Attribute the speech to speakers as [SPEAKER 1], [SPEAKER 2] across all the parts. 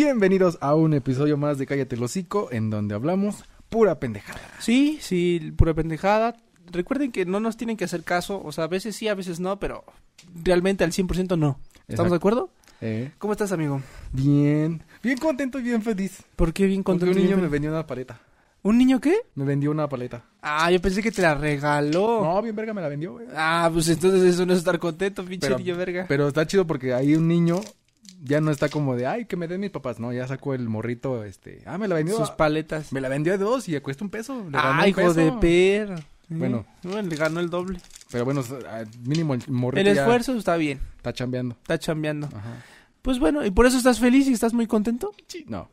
[SPEAKER 1] Bienvenidos a un episodio más de Cállate el hocico, en donde hablamos pura pendejada.
[SPEAKER 2] Sí, sí, pura pendejada. Recuerden que no nos tienen que hacer caso, o sea, a veces sí, a veces no, pero realmente al 100% no. ¿Estamos
[SPEAKER 1] Exacto.
[SPEAKER 2] de acuerdo?
[SPEAKER 1] Eh,
[SPEAKER 2] ¿Cómo estás, amigo?
[SPEAKER 1] bien, bien contento y bien feliz.
[SPEAKER 2] ¿Por qué bien
[SPEAKER 1] Porque
[SPEAKER 2] contento?
[SPEAKER 1] un
[SPEAKER 2] y
[SPEAKER 1] niño
[SPEAKER 2] bien
[SPEAKER 1] me
[SPEAKER 2] feliz?
[SPEAKER 1] vendió una paleta.
[SPEAKER 2] ¿Un niño qué?
[SPEAKER 1] Me vendió una paleta.
[SPEAKER 2] Ah, yo pensé que te la regaló.
[SPEAKER 1] No, bien verga me la vendió, güey.
[SPEAKER 2] Ah, pues entonces eso no es estar contento, pinche
[SPEAKER 1] Pero-
[SPEAKER 2] niño verga.
[SPEAKER 1] Pero está chido porque ahí un niño ya no está como de, ay, que me den mis papás. No, ya sacó el morrito, este, ah, me la vendió.
[SPEAKER 2] Sus paletas.
[SPEAKER 1] me la vendió de dos y cuesta un peso. le ganó
[SPEAKER 2] Ah,
[SPEAKER 1] un
[SPEAKER 2] hijo
[SPEAKER 1] peso.
[SPEAKER 2] de perro.
[SPEAKER 1] Bueno.
[SPEAKER 2] Eh, bueno, le ganó el doble.
[SPEAKER 1] Pero bueno, s- ah, mínimo el morrito
[SPEAKER 2] El
[SPEAKER 1] ya
[SPEAKER 2] esfuerzo está bien,
[SPEAKER 1] está chambeando.
[SPEAKER 2] está chambeando.
[SPEAKER 1] Ajá.
[SPEAKER 2] Pues bueno, ¿y por eso estás feliz y estás muy contento?
[SPEAKER 1] No.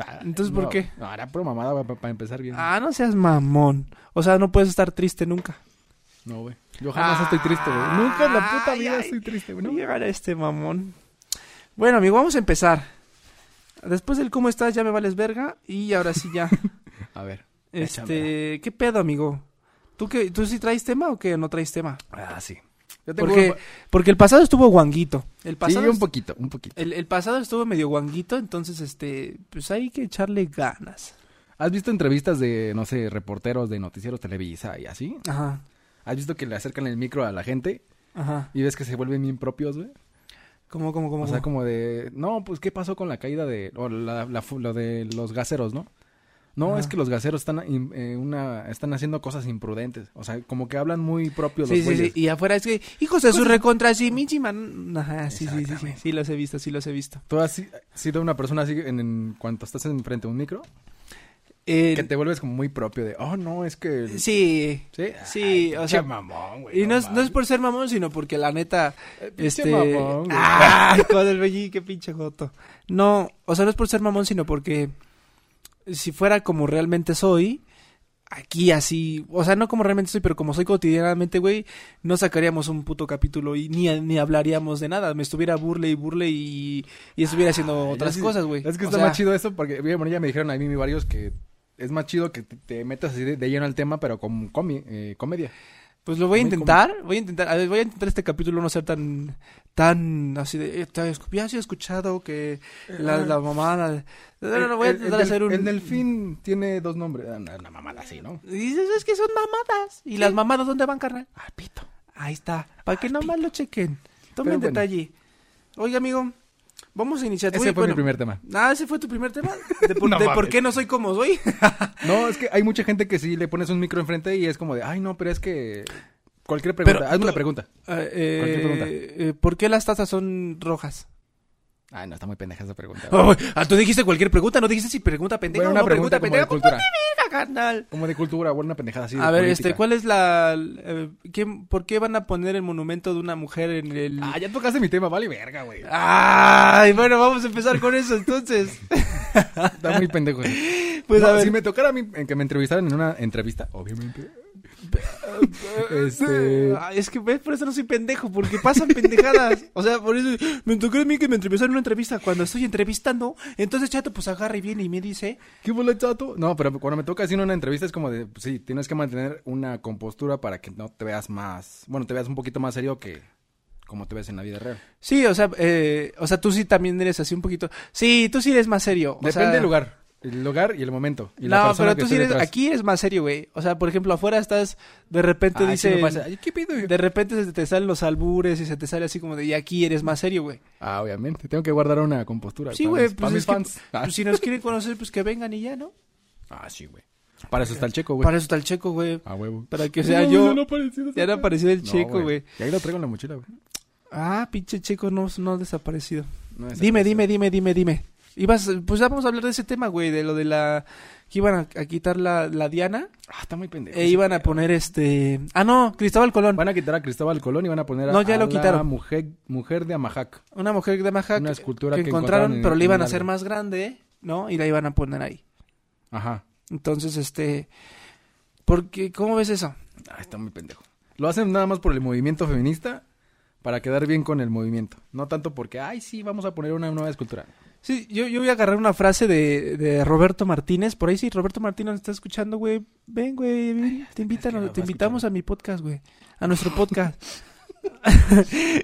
[SPEAKER 1] Ah,
[SPEAKER 2] Entonces, ¿por
[SPEAKER 1] no.
[SPEAKER 2] qué?
[SPEAKER 1] No, era pura mamada para empezar bien.
[SPEAKER 2] Ah, no seas mamón. O sea, no puedes estar triste nunca.
[SPEAKER 1] No, güey. Yo jamás estoy triste, güey. Nunca en la puta vida estoy triste, güey.
[SPEAKER 2] No
[SPEAKER 1] ¿no?
[SPEAKER 2] llegar a este mamón. Bueno, amigo, vamos a empezar. Después del cómo estás, ya me vales verga. Y ahora sí ya.
[SPEAKER 1] A ver.
[SPEAKER 2] este, ¿qué pedo, amigo? ¿Tú, qué, ¿Tú sí traes tema o qué? ¿No traes tema?
[SPEAKER 1] Ah, sí. Yo tengo
[SPEAKER 2] Porque,
[SPEAKER 1] un po-
[SPEAKER 2] porque el pasado estuvo guanguito. El
[SPEAKER 1] Sí,
[SPEAKER 2] pasado,
[SPEAKER 1] un poquito, un poquito.
[SPEAKER 2] el, el pasado estuvo medio guanguito, entonces, este, pues hay que echarle ganas.
[SPEAKER 1] ¿Has visto entrevistas de, no sé, reporteros de noticieros Televisa y así?
[SPEAKER 2] Ajá,
[SPEAKER 1] ¿Has visto que le acercan el micro a la gente
[SPEAKER 2] ajá.
[SPEAKER 1] y ves que se vuelven bien propios, güey?
[SPEAKER 2] ¿Cómo, cómo, cómo?
[SPEAKER 1] O sea,
[SPEAKER 2] cómo?
[SPEAKER 1] como de, no, pues, ¿qué pasó con la caída de, o la, la fu- lo de los gaseros, no? No,
[SPEAKER 2] Ajá.
[SPEAKER 1] es que los gaseros están, in- eh, una, están haciendo cosas imprudentes. O sea, como que hablan muy propios
[SPEAKER 2] Sí,
[SPEAKER 1] los
[SPEAKER 2] sí,
[SPEAKER 1] güeyes. Pues
[SPEAKER 2] sí. Y afuera es que, hijos de su recontra, sí, Michi, man. Ajá, sí, sí, sí, sí.
[SPEAKER 1] Exactamente.
[SPEAKER 2] Sí, los he visto, sí, los he visto.
[SPEAKER 1] ¿Tú has si- sido una persona así en, en cuanto estás enfrente a un micro?
[SPEAKER 2] Eh,
[SPEAKER 1] Que te vuelves como muy propio de, oh, no, es que... Sí.
[SPEAKER 2] Sí. Sí, o
[SPEAKER 1] pinche
[SPEAKER 2] sea,
[SPEAKER 1] mamón, güey.
[SPEAKER 2] Y no es, no es
[SPEAKER 1] mames.
[SPEAKER 2] por ser mamón, sino porque la neta,
[SPEAKER 1] Eh, pinche
[SPEAKER 2] este...
[SPEAKER 1] mamón, güey.
[SPEAKER 2] ¡Ah! Joder, el qué pinche joto. No, o sea, no es por ser mamón, sino porque si fuera como realmente soy, aquí así, o sea, no como realmente soy, pero como soy cotidianamente, güey, no sacaríamos un puto capítulo y ni, ni hablaríamos de nada. Me estuviera burle y burle y, y estuviera haciendo
[SPEAKER 1] Ay,
[SPEAKER 2] otras
[SPEAKER 1] sí-
[SPEAKER 2] cosas, güey.
[SPEAKER 1] Es que
[SPEAKER 2] O
[SPEAKER 1] está
[SPEAKER 2] sea,
[SPEAKER 1] más chido eso porque, bien, bueno, ya me dijeron a mí varios que es más chido que te, te metas así de, de lleno al tema, pero con comi- eh, comedia.
[SPEAKER 2] Pues lo voy a
[SPEAKER 1] Muy
[SPEAKER 2] intentar, voy a intentar, a ver, voy a intentar este capítulo no ser tan, tan, así de, eh, te- ya sí he escuchado que la, la mamá, la- no, no, no, voy a
[SPEAKER 1] Eh, El- el
[SPEAKER 2] intentar
[SPEAKER 1] del-
[SPEAKER 2] hacer un...
[SPEAKER 1] El delfín tiene dos nombres. Ah, Una, una mamada así, ¿no?
[SPEAKER 2] Y Dices, es que son mamadas, y las mamadas, ¿dónde van, carnal?
[SPEAKER 1] Ah, pito.
[SPEAKER 2] Ahí está, para que nomás lo chequen,
[SPEAKER 1] Pero
[SPEAKER 2] tomen
[SPEAKER 1] bueno.
[SPEAKER 2] detalle. Oiga, amigo, vamos a iniciar.
[SPEAKER 1] Ese
[SPEAKER 2] Uy,
[SPEAKER 1] fue
[SPEAKER 2] bueno,
[SPEAKER 1] mi primer tema.
[SPEAKER 2] Ah, ese fue tu primer tema, de, por,
[SPEAKER 1] No
[SPEAKER 2] de por
[SPEAKER 1] mames.
[SPEAKER 2] qué no soy como soy.
[SPEAKER 1] No, es que hay mucha gente que sí le pones un micro enfrente y es como de, ay, no, pero es que... Cualquier pregunta,
[SPEAKER 2] Pero
[SPEAKER 1] hazme
[SPEAKER 2] tú-
[SPEAKER 1] una pregunta.
[SPEAKER 2] Eh, eh,
[SPEAKER 1] Cualquier pregunta.
[SPEAKER 2] eh, ¿Por qué las tazas son rojas?
[SPEAKER 1] Ah, no, está muy pendeja esa pregunta.
[SPEAKER 2] Ah, güey, ah, tú dijiste cualquier pregunta, no dijiste si pregunta pendeja
[SPEAKER 1] Bueno,
[SPEAKER 2] o
[SPEAKER 1] una
[SPEAKER 2] no
[SPEAKER 1] pregunta, pues,
[SPEAKER 2] pregunta,
[SPEAKER 1] como
[SPEAKER 2] pendeja.
[SPEAKER 1] de cultura.
[SPEAKER 2] Venga, carnal.
[SPEAKER 1] Como de cultura, o una pendejada así. de
[SPEAKER 2] a ver,
[SPEAKER 1] política.
[SPEAKER 2] este, ¿cuál es la... eh, quién- ¿Por qué van a poner el monumento de una mujer en el...?
[SPEAKER 1] Ah, ya tocaste mi tema, vale verga, güey.
[SPEAKER 2] Ay, bueno, vamos a empezar con eso entonces.
[SPEAKER 1] Está muy pendejo. eso.
[SPEAKER 2] Pues
[SPEAKER 1] No,
[SPEAKER 2] a ver.
[SPEAKER 1] Si me tocara a mí en que me entrevistaran en una entrevista, obviamente. este.
[SPEAKER 2] Ah, Es que ves, por eso no soy pendejo, porque pasan pendejadas. O sea, por eso me tocó a mí que me entrevistaron en una entrevista. Cuando estoy entrevistando, entonces Chato pues agarra y viene y me dice...
[SPEAKER 1] ¿Qué bola, chato? No, pero cuando me toca así en una entrevista es como de, pues, sí, tienes que mantener una compostura para que no te veas más. Bueno, te veas un poquito más serio que como te ves en la vida real.
[SPEAKER 2] Sí, o sea, eh, o sea, tú sí también eres así un poquito... Sí, tú sí eres más serio. o
[SPEAKER 1] Depende
[SPEAKER 2] sea-
[SPEAKER 1] del lugar. El lugar y el momento. Y la
[SPEAKER 2] no,
[SPEAKER 1] persona
[SPEAKER 2] pero
[SPEAKER 1] que
[SPEAKER 2] tú sí
[SPEAKER 1] esté
[SPEAKER 2] eres,
[SPEAKER 1] detrás.
[SPEAKER 2] aquí eres más serio, güey. O sea, por ejemplo, afuera estás, de repente
[SPEAKER 1] Ay, sí me
[SPEAKER 2] dice,
[SPEAKER 1] pasa. Ay, ¿qué pedo?
[SPEAKER 2] de repente se te salen los albures y se te sale así como de, y aquí eres más serio, güey.
[SPEAKER 1] Ah, obviamente. Tengo que guardar una compostura.
[SPEAKER 2] Sí,
[SPEAKER 1] para
[SPEAKER 2] güey,
[SPEAKER 1] mis-
[SPEAKER 2] pues,
[SPEAKER 1] para mis
[SPEAKER 2] es que,
[SPEAKER 1] fans. Ah.
[SPEAKER 2] pues, si nos quieren conocer, pues que vengan y ya, ¿no?
[SPEAKER 1] Ah, sí, güey. Para eso está el checo, güey.
[SPEAKER 2] Para eso está el checo, güey.
[SPEAKER 1] A huevo.
[SPEAKER 2] Para que sea yo, ya no aparecido
[SPEAKER 1] No,
[SPEAKER 2] el checo, güey.
[SPEAKER 1] Y ahí lo traigo en la mochila, güey.
[SPEAKER 2] Ah, pinche checo, no, no ha desaparecido.
[SPEAKER 1] No es
[SPEAKER 2] Dime,
[SPEAKER 1] aparecido.
[SPEAKER 2] dime, dime, dime, dime. Ibas, pues ya vamos a hablar de ese tema, güey, de lo de la, que iban a, a quitar la, la Diana
[SPEAKER 1] Ah, está muy pendejo.
[SPEAKER 2] e
[SPEAKER 1] ese
[SPEAKER 2] iban a
[SPEAKER 1] pedo.
[SPEAKER 2] poner este, ah, no, Cristóbal Colón.
[SPEAKER 1] Van a quitar a Cristóbal Colón y van a poner a,
[SPEAKER 2] No, ya lo
[SPEAKER 1] a la
[SPEAKER 2] quitaron.
[SPEAKER 1] mujer, mujer de Amajac.
[SPEAKER 2] Una mujer de Maja
[SPEAKER 1] Una
[SPEAKER 2] que-
[SPEAKER 1] escultura
[SPEAKER 2] que,
[SPEAKER 1] que
[SPEAKER 2] encontraron,
[SPEAKER 1] encontraron en-
[SPEAKER 2] pero la
[SPEAKER 1] en
[SPEAKER 2] iban
[SPEAKER 1] un
[SPEAKER 2] a hacer
[SPEAKER 1] árbol.
[SPEAKER 2] más grande, ¿no? Y la iban a poner ahí.
[SPEAKER 1] Ajá.
[SPEAKER 2] Entonces, este... Porque, ¿cómo ves eso?
[SPEAKER 1] Ah, está muy pendejo. Lo hacen nada más por el movimiento feminista para quedar bien con el movimiento. No tanto porque, ay, sí, vamos a poner una nueva escultura.
[SPEAKER 2] Sí, yo, yo voy a agarrar una frase de, de Roberto Martínez. Por ahí sí, Roberto Martínez nos está escuchando, güey. Ven, güey, ven. Te, invitan,
[SPEAKER 1] que no
[SPEAKER 2] te
[SPEAKER 1] va a
[SPEAKER 2] invitamos a mi podcast, güey. A nuestro podcast.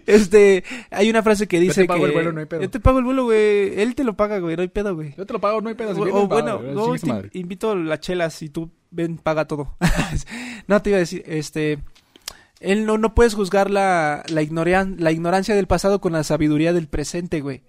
[SPEAKER 2] Este, hay una frase que dice
[SPEAKER 1] te pago
[SPEAKER 2] que...
[SPEAKER 1] el vuelo, no hay pedo.
[SPEAKER 2] Yo te pago el vuelo, güey. Él te lo paga, güey. No hay pedo, güey.
[SPEAKER 1] Yo te lo pago, no hay pedo. si
[SPEAKER 2] O,
[SPEAKER 1] vienes,
[SPEAKER 2] o
[SPEAKER 1] va,
[SPEAKER 2] bueno,
[SPEAKER 1] güey,
[SPEAKER 2] no,
[SPEAKER 1] chingue su
[SPEAKER 2] te
[SPEAKER 1] madre.
[SPEAKER 2] invito a la chela si tú ven, paga todo. no, te iba a decir, este... Él no, no puedes juzgar la, la, ignoran- la ignorancia del pasado con la sabiduría del presente, güey.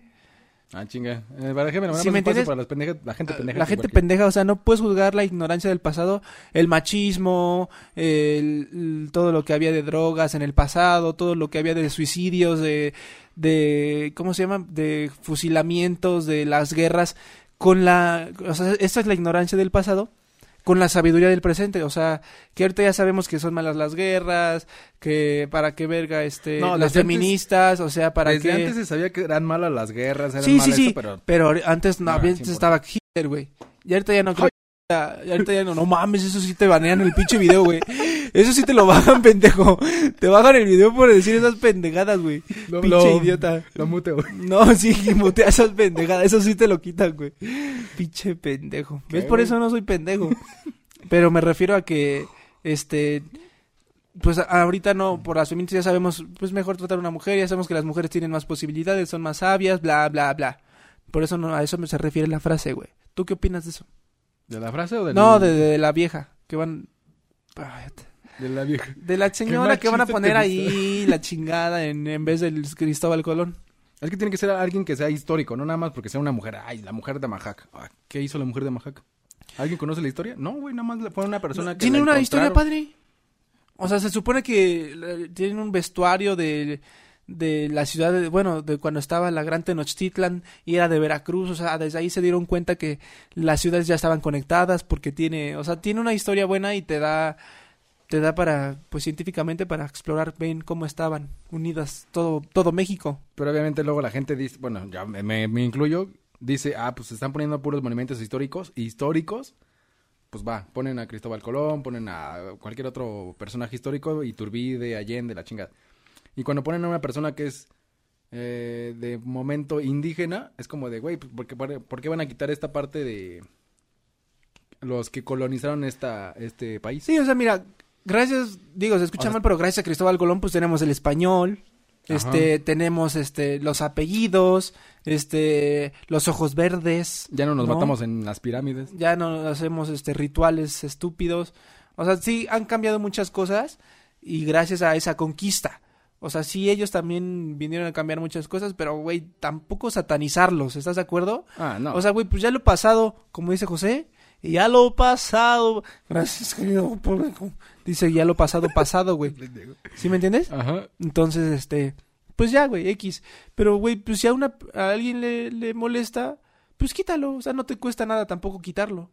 [SPEAKER 1] Ah, chinga. Eh, barajéme,
[SPEAKER 2] ¿Sí
[SPEAKER 1] nada
[SPEAKER 2] me
[SPEAKER 1] más un paso
[SPEAKER 2] entiendes? ah,
[SPEAKER 1] para las pendejas- la gente pendeja.
[SPEAKER 2] La
[SPEAKER 1] que
[SPEAKER 2] gente
[SPEAKER 1] cualquier-
[SPEAKER 2] pendeja, o sea, no puedes juzgar la ignorancia del pasado, el machismo, el- el- todo lo que había de drogas en el pasado, todo lo que había de suicidios, de, de ¿cómo se llama? De fusilamientos, de las guerras, con la, o sea, esta es la ignorancia del pasado, con la sabiduría del presente, o sea, que ahorita ya sabemos que son malas las guerras, que para qué verga, este,
[SPEAKER 1] No,
[SPEAKER 2] las
[SPEAKER 1] desde antes-
[SPEAKER 2] feministas, o sea, para
[SPEAKER 1] Desde
[SPEAKER 2] qué...
[SPEAKER 1] antes se sabía que eran malas las guerras, eran
[SPEAKER 2] Sí, sí,
[SPEAKER 1] malas
[SPEAKER 2] sí,
[SPEAKER 1] esto,
[SPEAKER 2] pero...
[SPEAKER 1] pero...
[SPEAKER 2] ahori- antes no,
[SPEAKER 1] Ah,
[SPEAKER 2] había-
[SPEAKER 1] sí,
[SPEAKER 2] estaba Hitler, güey. Y ahorita ya no creo. ya- ahorita ya no, no mames, eso sí te banean el pinche video, güey. Eso sí te lo bajan, pendejo. Te bajan el video por decir esas pendejadas, güey.
[SPEAKER 1] Lo-
[SPEAKER 2] pinche
[SPEAKER 1] lo-
[SPEAKER 2] idiota.
[SPEAKER 1] Lo muteo.
[SPEAKER 2] No, sí, y mutea esas pendejadas, eso sí te lo quitan, güey. Pinche pendejo.
[SPEAKER 1] ¿Qué,
[SPEAKER 2] ¿Ves? Por
[SPEAKER 1] güey?
[SPEAKER 2] eso no soy pendejo. Pero me refiero a que, este, pues a- ahorita no, por las feministas ya sabemos, pues mejor tratar a una mujer, ya sabemos que las mujeres tienen más posibilidades, son más sabias, bla, bla, bla. Por eso no, a eso me se refiere la frase, güey. ¿Tú qué opinas de eso?
[SPEAKER 1] ¿De la frase o del-
[SPEAKER 2] No, de, de la vieja, que van... Ay,
[SPEAKER 1] de la vieja?
[SPEAKER 2] De la señora
[SPEAKER 1] mal
[SPEAKER 2] que van a
[SPEAKER 1] chiste
[SPEAKER 2] poner
[SPEAKER 1] te
[SPEAKER 2] ahí la chingada en, en vez del Cristóbal Colón.
[SPEAKER 1] Es que tiene que ser alguien que sea histórico, no nada más porque sea una mujer. Ay, la mujer de Majac. Ah, ¿Qué hizo la mujer de Majac? ¿Alguien conoce la historia? No, güey, nada más le- fue una persona que.
[SPEAKER 2] Tiene
[SPEAKER 1] la
[SPEAKER 2] una historia
[SPEAKER 1] encontraron.
[SPEAKER 2] padre. O sea, se supone que eh, tienen un vestuario de, de la ciudad, de, bueno, de cuando estaba la Gran Tenochtitlan y era de Veracruz. O sea, desde ahí se dieron cuenta que las ciudades ya estaban conectadas porque tiene, o sea, tiene una historia buena y te da, te da para, pues científicamente para explorar bien cómo estaban unidas todo, todo México.
[SPEAKER 1] Pero obviamente luego la gente dice, bueno, ya me, me- me incluyo, dice, ah, pues se están poniendo puros monumentos históricos, históricos. Pues va, ponen a Cristóbal Colón, ponen a cualquier otro personaje histórico, Iturbide, Allende, la chingada. Y cuando ponen a una persona que es eh, de momento indígena, es como de, güey, pues, ¿por qué, por, por qué van a quitar esta parte de los que colonizaron esta, este país?
[SPEAKER 2] Sí, o sea, mira, gracias, digo, se escucha
[SPEAKER 1] O sea,
[SPEAKER 2] mal, pero gracias a Cristóbal Colón, pues tenemos el español,
[SPEAKER 1] Ajá.
[SPEAKER 2] este, tenemos, este, los apellidos, este, los ojos verdes,
[SPEAKER 1] Ya no nos
[SPEAKER 2] No.
[SPEAKER 1] matamos en las pirámides.
[SPEAKER 2] ya no hacemos, este, rituales estúpidos, o sea, sí, han cambiado muchas cosas y gracias a esa conquista, o sea, sí, ellos también vinieron a cambiar muchas cosas, pero, güey, tampoco satanizarlos, ¿estás de acuerdo?
[SPEAKER 1] Ah, no.
[SPEAKER 2] O sea, güey, pues ya lo pasado, como dice José, y ya lo pasado. Gracias, querido público. Dice, ya lo pasado, pasado, güey. ¿Sí me entiendes?
[SPEAKER 1] Ajá.
[SPEAKER 2] Entonces, este, pues ya, güey, X. Pero, güey, pues si a, una, a alguien le, le molesta, pues quítalo. O sea, no te cuesta nada tampoco quitarlo.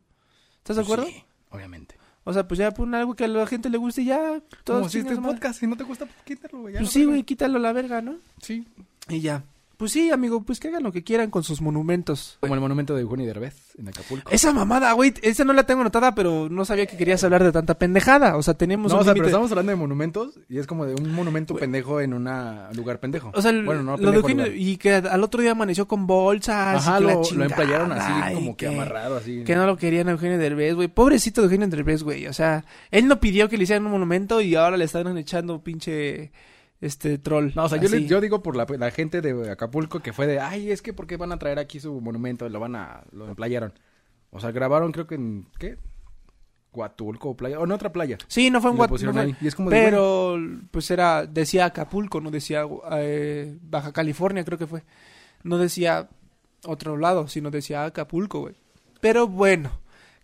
[SPEAKER 2] ¿Estás de
[SPEAKER 1] Pues
[SPEAKER 2] acuerdo?
[SPEAKER 1] sí, obviamente.
[SPEAKER 2] O sea, pues ya pon algo que a la gente le guste y ya. todos
[SPEAKER 1] Como si
[SPEAKER 2] chingan
[SPEAKER 1] este
[SPEAKER 2] su madre.
[SPEAKER 1] podcast, si no te gusta, pues quítalo, güey. ya
[SPEAKER 2] Pues
[SPEAKER 1] la
[SPEAKER 2] sí,
[SPEAKER 1] verga.
[SPEAKER 2] güey, quítalo a la verga, ¿no?
[SPEAKER 1] Sí.
[SPEAKER 2] Y ya. Pues sí, amigo, pues que hagan lo que quieran con sus monumentos.
[SPEAKER 1] Como el monumento de Eugenio Derbez en Acapulco.
[SPEAKER 2] Esa mamada, güey, esa no la tengo anotada, pero no sabía que querías hablar de tanta pendejada. O sea, tenemos
[SPEAKER 1] No,
[SPEAKER 2] un
[SPEAKER 1] o sea, pero
[SPEAKER 2] límite.
[SPEAKER 1] estamos hablando de monumentos y es como de un monumento pendejo en un lugar pendejo.
[SPEAKER 2] O sea, el-
[SPEAKER 1] bueno, no,
[SPEAKER 2] lo de
[SPEAKER 1] pendejo
[SPEAKER 2] Eugenio-
[SPEAKER 1] lugar.
[SPEAKER 2] y que al otro día amaneció con bolsas.
[SPEAKER 1] Ajá,
[SPEAKER 2] y que la
[SPEAKER 1] lo, lo
[SPEAKER 2] chingada,
[SPEAKER 1] emplayaron
[SPEAKER 2] y
[SPEAKER 1] así, como que,
[SPEAKER 2] que,
[SPEAKER 1] amarrado así.
[SPEAKER 2] Que no lo querían a Eugenio Derbez, güey. Pobrecito de Eugenio Derbez, güey. O sea, él no pidió que le hicieran un monumento y ahora le están echando pinche este troll.
[SPEAKER 1] No, o sea, yo, le-
[SPEAKER 2] así.
[SPEAKER 1] yo digo por la, la gente de Acapulco que fue de, ay, es que ¿por qué van a traer aquí su monumento? Lo van a, lo emplayaron. O sea, grabaron creo que en, ¿qué? Huatulco o playa, o en otra playa.
[SPEAKER 2] Sí, no fue
[SPEAKER 1] Y
[SPEAKER 2] en
[SPEAKER 1] lo
[SPEAKER 2] Guat-
[SPEAKER 1] pusieron
[SPEAKER 2] no fue-
[SPEAKER 1] ahí. Y es como de,
[SPEAKER 2] Pero, pues era, decía Acapulco, no decía eh, Baja California, creo que fue. No decía otro lado, sino decía Acapulco, güey. Pero bueno,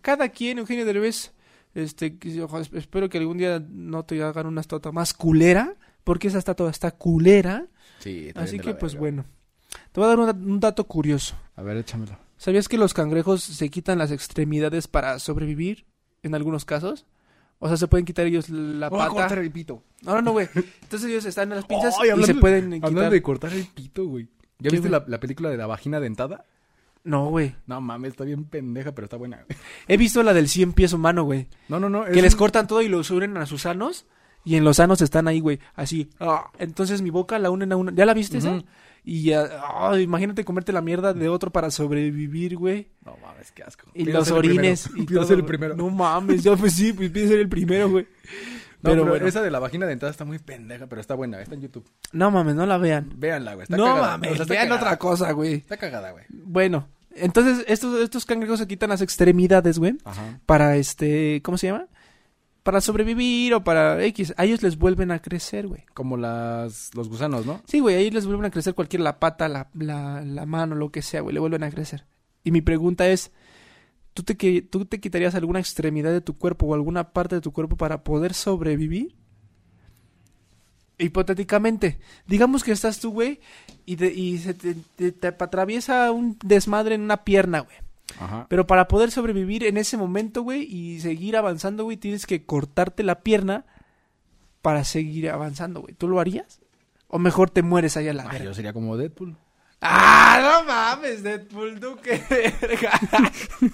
[SPEAKER 2] cada quien, Eugenio Derbez, este, que- ojo, es- espero que algún día no te hagan una estatua más culera, porque esa estatua está culera.
[SPEAKER 1] Sí, está
[SPEAKER 2] Así
[SPEAKER 1] bien de
[SPEAKER 2] que,
[SPEAKER 1] la
[SPEAKER 2] pues
[SPEAKER 1] verga.
[SPEAKER 2] bueno. Te voy a dar un, da- un dato curioso.
[SPEAKER 1] A ver, échamelo.
[SPEAKER 2] ¿Sabías que los cangrejos se quitan las extremidades para sobrevivir en algunos casos? O sea, se pueden quitar ellos la
[SPEAKER 1] Voy a
[SPEAKER 2] pata.
[SPEAKER 1] cortar el pito.
[SPEAKER 2] No, no, no, güey. Entonces ellos están en las pinzas
[SPEAKER 1] Ay,
[SPEAKER 2] y
[SPEAKER 1] hablando-
[SPEAKER 2] se pueden quitar.
[SPEAKER 1] Hablando de cortar el pito, güey. ¿Ya
[SPEAKER 2] ¿Qué,
[SPEAKER 1] viste
[SPEAKER 2] güey?
[SPEAKER 1] la, la película de la vagina dentada?
[SPEAKER 2] No, güey.
[SPEAKER 1] No mames, está bien pendeja, pero está buena. güey.
[SPEAKER 2] He visto la del 100 pies humano, güey.
[SPEAKER 1] No, no, no.
[SPEAKER 2] Que
[SPEAKER 1] es
[SPEAKER 2] les
[SPEAKER 1] un-
[SPEAKER 2] cortan todo y lo suben a sus sanos. Y en los sanos están ahí, güey. Así. Ah. Entonces mi boca la unen a una. ¿Ya la viste
[SPEAKER 1] Ujú.
[SPEAKER 2] esa? Y ya. ah, imagínate comerte la mierda de otro para sobrevivir, güey.
[SPEAKER 1] No mames, qué asco.
[SPEAKER 2] Y
[SPEAKER 1] Pido
[SPEAKER 2] los
[SPEAKER 1] ser el primero.
[SPEAKER 2] orines. y
[SPEAKER 1] Pido
[SPEAKER 2] todo,
[SPEAKER 1] ser el
[SPEAKER 2] güey.
[SPEAKER 1] primero.
[SPEAKER 2] No mames, yo pues sí, pues pienso ser el primero, güey.
[SPEAKER 1] pero,
[SPEAKER 2] pero bueno.
[SPEAKER 1] esa de la vagina dentada está muy pendeja, pero está buena. Está en YouTube.
[SPEAKER 2] No mames, no la vean.
[SPEAKER 1] Véanla, güey. Está
[SPEAKER 2] No
[SPEAKER 1] cagada. O
[SPEAKER 2] mames,
[SPEAKER 1] sea, está
[SPEAKER 2] vean
[SPEAKER 1] cagada.
[SPEAKER 2] otra cosa, güey.
[SPEAKER 1] Está cagada, güey.
[SPEAKER 2] Bueno, entonces estos, estos cangrejos se quitan las extremidades, güey.
[SPEAKER 1] Ajá.
[SPEAKER 2] Para este, ¿cómo se llama? Para sobrevivir o para X. A ellos les vuelven a crecer, güey.
[SPEAKER 1] Como las, los gusanos, ¿no?
[SPEAKER 2] Sí, güey, ahí les vuelven a crecer cualquier la pata, la, la, la mano, lo que sea, güey, le vuelven a crecer. Y mi pregunta es, ¿tú te, qui- ¿tú te quitarías alguna extremidad de tu cuerpo o alguna parte de tu cuerpo para poder sobrevivir? Hipotéticamente, digamos que estás tú, güey, y, te, y se te, te- te atraviesa un desmadre en una pierna, güey.
[SPEAKER 1] Ajá.
[SPEAKER 2] Pero para poder sobrevivir en ese momento, güey, y seguir avanzando, güey, tienes que cortarte la pierna para seguir avanzando, güey. ¿Tú lo harías? O mejor te mueres allá a la
[SPEAKER 1] Ah,
[SPEAKER 2] verga.
[SPEAKER 1] yo sería como Deadpool.
[SPEAKER 2] ¡Ah, no mames, Deadpool, tú qué verga!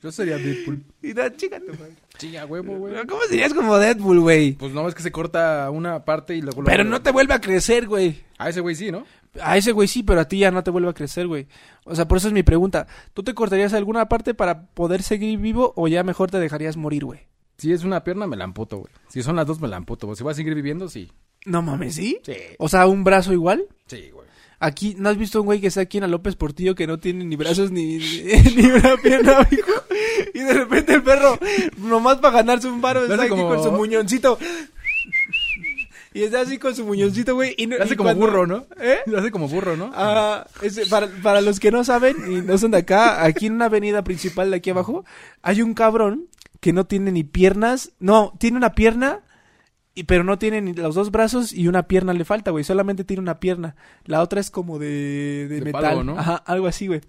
[SPEAKER 1] Yo sería Deadpool.
[SPEAKER 2] y no, chícate, güey.
[SPEAKER 1] Sí, a huevo, güey.
[SPEAKER 2] ¿Cómo serías como Deadpool, güey?
[SPEAKER 1] Pues no, es que se corta una parte y luego... lo-
[SPEAKER 2] Pero no te vuelve a crecer, güey.
[SPEAKER 1] A ese güey sí, ¿no?
[SPEAKER 2] A ese güey sí, pero a ti ya no te vuelve a crecer, güey. O sea, por eso es mi pregunta. ¿Tú te cortarías alguna parte para poder seguir vivo o ya mejor te dejarías morir, güey?
[SPEAKER 1] Si es una pierna, me la amputo, güey. Si son las dos, me la amputo. güey. Si voy a seguir viviendo, sí.
[SPEAKER 2] No mames, ¿sí?
[SPEAKER 1] Sí.
[SPEAKER 2] O sea, un brazo igual.
[SPEAKER 1] Sí, güey.
[SPEAKER 2] Aquí, ¿no has visto un güey que está aquí en la López Portillo que no tiene ni brazos ni, ni- ni una pierna, mijo? Y de repente el perro, nomás para ganarse un varo,
[SPEAKER 1] Le
[SPEAKER 2] está
[SPEAKER 1] hace
[SPEAKER 2] aquí
[SPEAKER 1] como-
[SPEAKER 2] con su muñoncito. Y está así con su muñoncito, güey. Y no-
[SPEAKER 1] Lo hace
[SPEAKER 2] y
[SPEAKER 1] como
[SPEAKER 2] cuando-
[SPEAKER 1] burro, ¿no?
[SPEAKER 2] ¿Eh?
[SPEAKER 1] Lo hace como burro, ¿no?
[SPEAKER 2] Ah, ese, para, para los que no saben y no son de acá, aquí en una avenida principal de aquí abajo, hay un cabrón que no tiene ni piernas. No, tiene una pierna, y, pero no tiene ni los dos brazos y una pierna le falta, güey. Solamente tiene una pierna. La otra es como de, de
[SPEAKER 1] De
[SPEAKER 2] metal.
[SPEAKER 1] palo, ¿no?
[SPEAKER 2] Ajá, algo así, güey.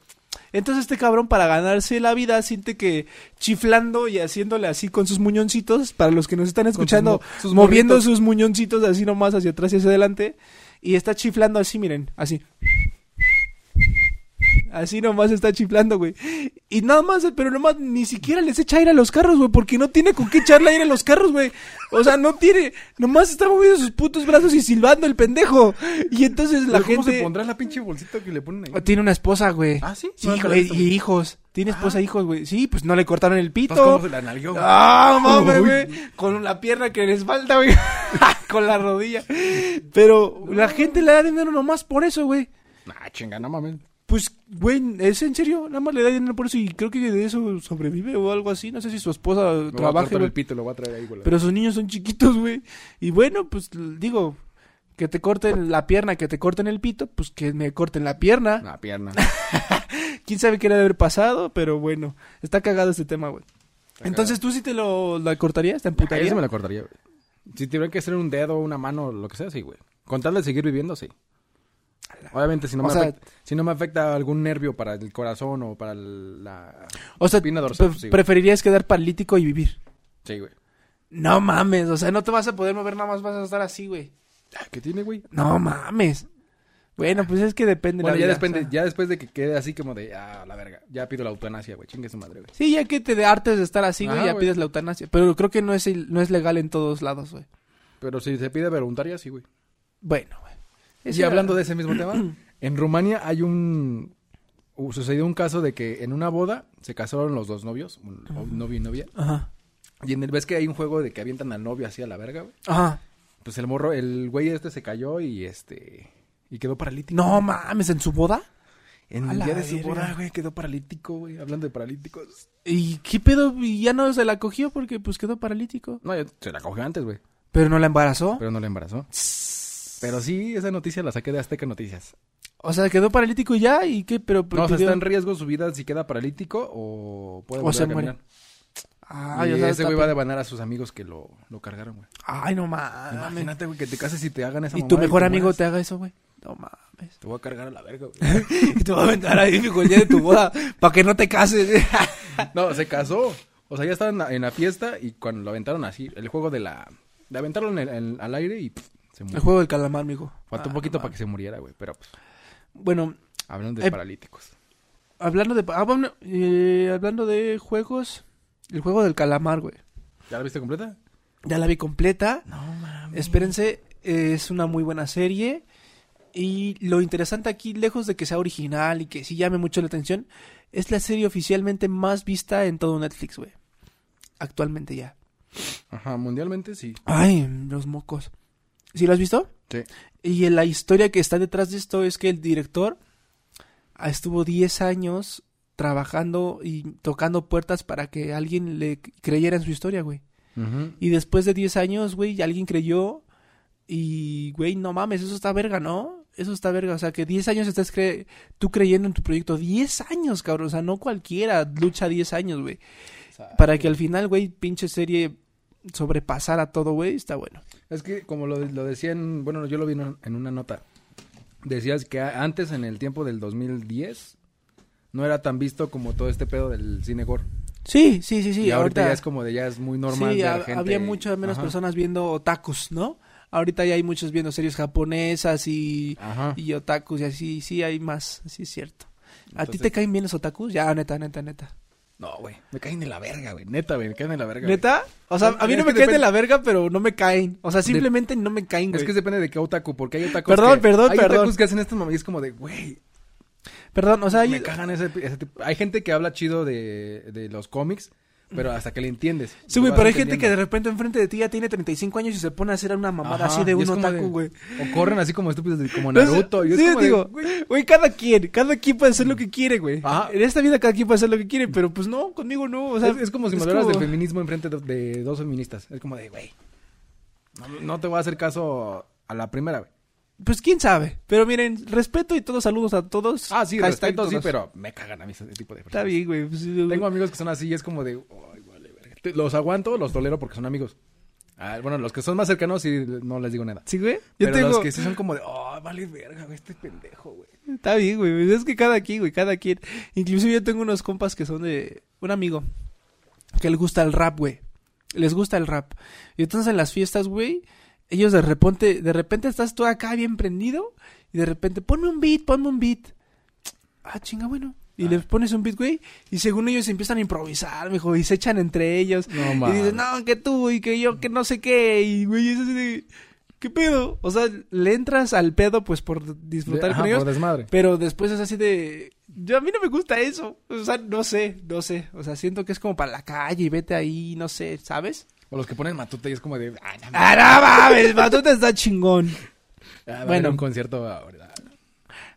[SPEAKER 2] Entonces este cabrón para ganarse la vida siente que chiflando y haciéndole así con sus muñoncitos, para los que nos están
[SPEAKER 1] sus
[SPEAKER 2] escuchando,
[SPEAKER 1] mo- sus
[SPEAKER 2] moviendo
[SPEAKER 1] morritos.
[SPEAKER 2] sus muñoncitos así nomás hacia atrás y hacia adelante, y está chiflando así, miren, así. Así nomás está chiflando, güey. Y nada más, pero nomás ni siquiera les echa aire a los carros, güey, porque no tiene con qué echarle aire a los carros, güey. O sea, no tiene, nomás está moviendo sus putos brazos y silbando el pendejo. Y entonces la
[SPEAKER 1] ¿Pero ¿Cómo se
[SPEAKER 2] gente
[SPEAKER 1] pondrá la pinche bolsita que le ponen ahí?
[SPEAKER 2] tiene una esposa, güey.
[SPEAKER 1] ¿Ah, sí?
[SPEAKER 2] Sí,
[SPEAKER 1] No, nunca la he
[SPEAKER 2] güey,
[SPEAKER 1] visto,
[SPEAKER 2] y hijos. Tiene esposa e hijos, güey. Sí, pues no le cortaron el
[SPEAKER 1] Entonces, ¿Cómo
[SPEAKER 2] pito.
[SPEAKER 1] se la nalgueó? güey?
[SPEAKER 2] Ah, mames,
[SPEAKER 1] Uy.
[SPEAKER 2] güey. Con la pierna que les falta, güey. Con la rodilla. Pero la gente le da dinero nomás por eso, güey.
[SPEAKER 1] Nah, chinga, no mames.
[SPEAKER 2] Pues, güey, es en serio. Nada más le da dinero por eso y creo que de eso sobrevive o algo así. No sé si su esposa
[SPEAKER 1] Me voy a
[SPEAKER 2] trabaja,
[SPEAKER 1] cortar
[SPEAKER 2] güey.
[SPEAKER 1] el pito, lo voy a traer ahí, güey.
[SPEAKER 2] Pero sus niños son chiquitos, güey. Y bueno, pues l- digo, que te corten la pierna, que te corten el pito, pues que me corten la pierna.
[SPEAKER 1] Una pierna.
[SPEAKER 2] Quién sabe qué le ha de haber pasado, pero bueno, está cagado este tema, güey. Entonces, ¿tú sí te lo la cortarías? ¿Te
[SPEAKER 1] Puta,
[SPEAKER 2] amputarías?
[SPEAKER 1] eso me la cortaría, güey. Si tuviera que ser un dedo, una mano, lo que sea, sí, güey. Con tal de seguir viviendo, sí. Obviamente, si no,
[SPEAKER 2] O
[SPEAKER 1] me
[SPEAKER 2] sea-
[SPEAKER 1] afecta, si no me afecta algún nervio para el corazón o para el- la...
[SPEAKER 2] O sea,
[SPEAKER 1] espina dorsal,
[SPEAKER 2] pre-
[SPEAKER 1] pues, sí, güey.
[SPEAKER 2] preferirías quedar paralítico y vivir.
[SPEAKER 1] Sí, güey.
[SPEAKER 2] No mames, o sea, no te vas a poder mover, nada más vas a estar así, güey.
[SPEAKER 1] Ah, ¿Qué tiene, güey?
[SPEAKER 2] No mames. Bueno, pues es que depende.
[SPEAKER 1] Bueno,
[SPEAKER 2] la
[SPEAKER 1] ya,
[SPEAKER 2] vida,
[SPEAKER 1] depende-
[SPEAKER 2] o sea.
[SPEAKER 1] ya después de que quede así como de, ah, la verga, ya pido la eutanasia, güey, chingue su madre, güey.
[SPEAKER 2] Sí, ya que te de hartes de estar así, güey,
[SPEAKER 1] Ajá,
[SPEAKER 2] ya
[SPEAKER 1] güey.
[SPEAKER 2] pides la eutanasia. Pero creo que no es, il- no es legal en todos lados, güey.
[SPEAKER 1] Pero si se pide voluntaria, sí, güey.
[SPEAKER 2] Bueno, güey.
[SPEAKER 1] Y hablando de ese mismo tema, en Rumania hay un... u- Sucedió un caso de que en una boda se casaron los dos novios, un o- novio y novia.
[SPEAKER 2] Ajá.
[SPEAKER 1] Y en el ves que hay un juego de que avientan al novio así a la verga, güey.
[SPEAKER 2] Ajá.
[SPEAKER 1] Pues el morro, el güey este se cayó y este... Y quedó paralítico.
[SPEAKER 2] No mames, ¿en su boda?
[SPEAKER 1] En
[SPEAKER 2] a
[SPEAKER 1] el
[SPEAKER 2] la
[SPEAKER 1] día de su
[SPEAKER 2] verga.
[SPEAKER 1] boda, güey, quedó paralítico, güey. Hablando de paralíticos.
[SPEAKER 2] ¿Y qué pedo? Y ya no se la cogió porque pues quedó paralítico.
[SPEAKER 1] No, yo- se la cogió antes, güey.
[SPEAKER 2] Pero no la embarazó.
[SPEAKER 1] Pero no la embarazó. Pero sí, esa noticia la saqué de Azteca Noticias.
[SPEAKER 2] O sea, quedó paralítico y ya, ¿y qué? Pero
[SPEAKER 1] No, o sea,
[SPEAKER 2] pidió-
[SPEAKER 1] está en riesgo su vida si queda paralítico o puede
[SPEAKER 2] O
[SPEAKER 1] volver
[SPEAKER 2] se
[SPEAKER 1] a caminar.
[SPEAKER 2] Ay,
[SPEAKER 1] y
[SPEAKER 2] o sea,
[SPEAKER 1] ese
[SPEAKER 2] está
[SPEAKER 1] güey va a debanar a sus amigos que lo, lo cargaron, güey.
[SPEAKER 2] Ay, no mames.
[SPEAKER 1] Imagínate, güey, que te cases y te hagan esa
[SPEAKER 2] Y
[SPEAKER 1] mamada
[SPEAKER 2] tu mejor
[SPEAKER 1] te
[SPEAKER 2] amigo
[SPEAKER 1] mueras.
[SPEAKER 2] te haga eso, güey. No mames.
[SPEAKER 1] Te voy a cargar a la verga, güey.
[SPEAKER 2] Y te va a aventar ahí, mijo, el día de tu boda, para que no te cases.
[SPEAKER 1] no, se casó. O sea, ya estaban en la, en la fiesta y cuando lo aventaron así, el juego de la... De aventarlo en el- en- al aire y pff, se
[SPEAKER 2] El
[SPEAKER 1] murió.
[SPEAKER 2] juego del calamar, mijo.
[SPEAKER 1] Faltó
[SPEAKER 2] Ah,
[SPEAKER 1] un poquito
[SPEAKER 2] no
[SPEAKER 1] para que se muriera, güey. Pero, pues,
[SPEAKER 2] mames. Bueno,
[SPEAKER 1] hablando de
[SPEAKER 2] Eh,
[SPEAKER 1] paralíticos.
[SPEAKER 2] hablando de... ah, bueno, eh, hablando de juegos, el juego del calamar, güey.
[SPEAKER 1] ¿Ya la viste completa?
[SPEAKER 2] Ya la vi completa.
[SPEAKER 1] No, mames.
[SPEAKER 2] Espérense, eh, es una muy buena serie. Y lo interesante aquí, lejos de que sea original y que sí llame mucho la atención, es la serie oficialmente más vista en todo Netflix, güey. Actualmente ya.
[SPEAKER 1] Ajá, mundialmente sí.
[SPEAKER 2] Ay, los mocos. ¿Sí lo has visto?
[SPEAKER 1] Sí.
[SPEAKER 2] Y la historia que está detrás de esto es que el director ah, estuvo 10 años trabajando y tocando puertas para que alguien le creyera en su historia, güey.
[SPEAKER 1] Ujú.
[SPEAKER 2] Y después de 10 años, güey, alguien creyó y, güey, no mames, eso está verga, ¿no? Eso está verga, o sea, que 10 años estás cre- tú creyendo en tu proyecto. 10 años, cabrón, o sea, no cualquiera lucha 10 años, güey. Para que al final, güey, pinche serie sobrepasara todo, güey, está bueno.
[SPEAKER 1] Es que como lo, lo decían, bueno, yo lo vi en una- en una nota. Decías que a- antes, en el tiempo del 2010, no era tan visto como todo este pedo del cine gore.
[SPEAKER 2] Sí, sí, sí, sí.
[SPEAKER 1] y ahorita, ya es como de ya es muy normal
[SPEAKER 2] sí,
[SPEAKER 1] ver
[SPEAKER 2] ha-
[SPEAKER 1] gente-
[SPEAKER 2] había muchas menos
[SPEAKER 1] Ajá.
[SPEAKER 2] personas viendo otakus, ¿no? Ahorita ya hay muchos viendo series japonesas y,
[SPEAKER 1] Ajá.
[SPEAKER 2] y otakus y así, sí hay más, sí es cierto. ¿A ti
[SPEAKER 1] Entonces-
[SPEAKER 2] te caen bien los otakus? Ya, neta, neta, neta.
[SPEAKER 1] No, güey. Me caen de la verga, güey. Neta, güey. Me caen de la verga. güey.
[SPEAKER 2] ¿Neta? O sea, a mí
[SPEAKER 1] Es
[SPEAKER 2] no
[SPEAKER 1] que
[SPEAKER 2] me caen
[SPEAKER 1] depende-
[SPEAKER 2] de la verga, pero no me caen. O sea,
[SPEAKER 1] De-
[SPEAKER 2] simplemente no me caen, güey.
[SPEAKER 1] Es que depende de qué otaku, porque hay otakus
[SPEAKER 2] Perdón,
[SPEAKER 1] que,
[SPEAKER 2] perdón,
[SPEAKER 1] hay
[SPEAKER 2] perdón.
[SPEAKER 1] otakus que hacen estas mamadas y es como de, güey,
[SPEAKER 2] Perdón, o sea, hay-
[SPEAKER 1] me cagan ese, ese tipo. Hay gente que habla chido de, de los cómics, pero hasta que le entiendes.
[SPEAKER 2] Sí, güey,
[SPEAKER 1] Lo
[SPEAKER 2] pero hay
[SPEAKER 1] vas
[SPEAKER 2] gente que de
[SPEAKER 1] entendiendo.
[SPEAKER 2] repente enfrente de ti ya tiene 35 años y se pone a hacer una mamada
[SPEAKER 1] Ajá,
[SPEAKER 2] así de
[SPEAKER 1] y
[SPEAKER 2] un
[SPEAKER 1] es como
[SPEAKER 2] otaku, güey.
[SPEAKER 1] O corren así como estúpidos, de- como
[SPEAKER 2] No sé,
[SPEAKER 1] Naruto. y es
[SPEAKER 2] sí,
[SPEAKER 1] como de,
[SPEAKER 2] digo, güey, cada quien, cada quien puede hacer lo que quiere, güey.
[SPEAKER 1] Ajá.
[SPEAKER 2] En esta vida cada quien puede hacer lo que quiere, pero pues no, conmigo no. O sea,
[SPEAKER 1] Ah. es, es como si me hablaras
[SPEAKER 2] como-
[SPEAKER 1] del feminismo enfrente de, de dos feministas. Es como de, güey, no, no te voy a hacer caso a la primera, güey.
[SPEAKER 2] Pues quién sabe. Pero miren, respeto y todos saludos a todos.
[SPEAKER 1] Ah, sí,
[SPEAKER 2] Hashtag
[SPEAKER 1] respeto, sí,
[SPEAKER 2] todos.
[SPEAKER 1] pero me cagan a mí ese tipo de
[SPEAKER 2] Está
[SPEAKER 1] personas.
[SPEAKER 2] bien, güey. pues, sí,
[SPEAKER 1] Tengo amigos que son así y es como de, "Ay, vale, verga". Te- Los aguanto, los tolero porque son amigos. Ah, bueno, los que son más cercanos sí no les digo nada.
[SPEAKER 2] Sí, güey. Yo
[SPEAKER 1] Pero
[SPEAKER 2] tengo.
[SPEAKER 1] los que sí son como de, oh, vale verga, güey, este pendejo, güey.
[SPEAKER 2] Está bien, güey. pues, Es que cada quien, güey, cada quien. Inclusive yo tengo unos compas que son de un amigo que le gusta el rap, güey. Les gusta el rap. Y entonces en las fiestas, güey, ellos de repente, de repente estás tú acá bien prendido y de repente, ponme un beat, ponme un beat. Ah, chinga, bueno. Y
[SPEAKER 1] Ah.
[SPEAKER 2] les pones un beat, güey, y según ellos empiezan a improvisar, mijo, y se echan entre ellos.
[SPEAKER 1] No
[SPEAKER 2] y
[SPEAKER 1] mames.
[SPEAKER 2] dicen, no, que tú, y que yo, que no sé qué, y güey, es así de, ¿qué pedo? O sea, le entras al pedo, pues, por disfrutar
[SPEAKER 1] De- ajá,
[SPEAKER 2] con ellos,
[SPEAKER 1] por desmadre.
[SPEAKER 2] pero después es así de. Yo a mí no me gusta eso. O sea, no sé, no sé. O sea, siento que es como para la calle y vete ahí, no sé, ¿sabes?
[SPEAKER 1] O los que ponen matuta y es como de, ah, no, mames,
[SPEAKER 2] ¡Ah, no mames! Matute está chingón.
[SPEAKER 1] ah, va a
[SPEAKER 2] bueno.
[SPEAKER 1] haber un concierto ahora.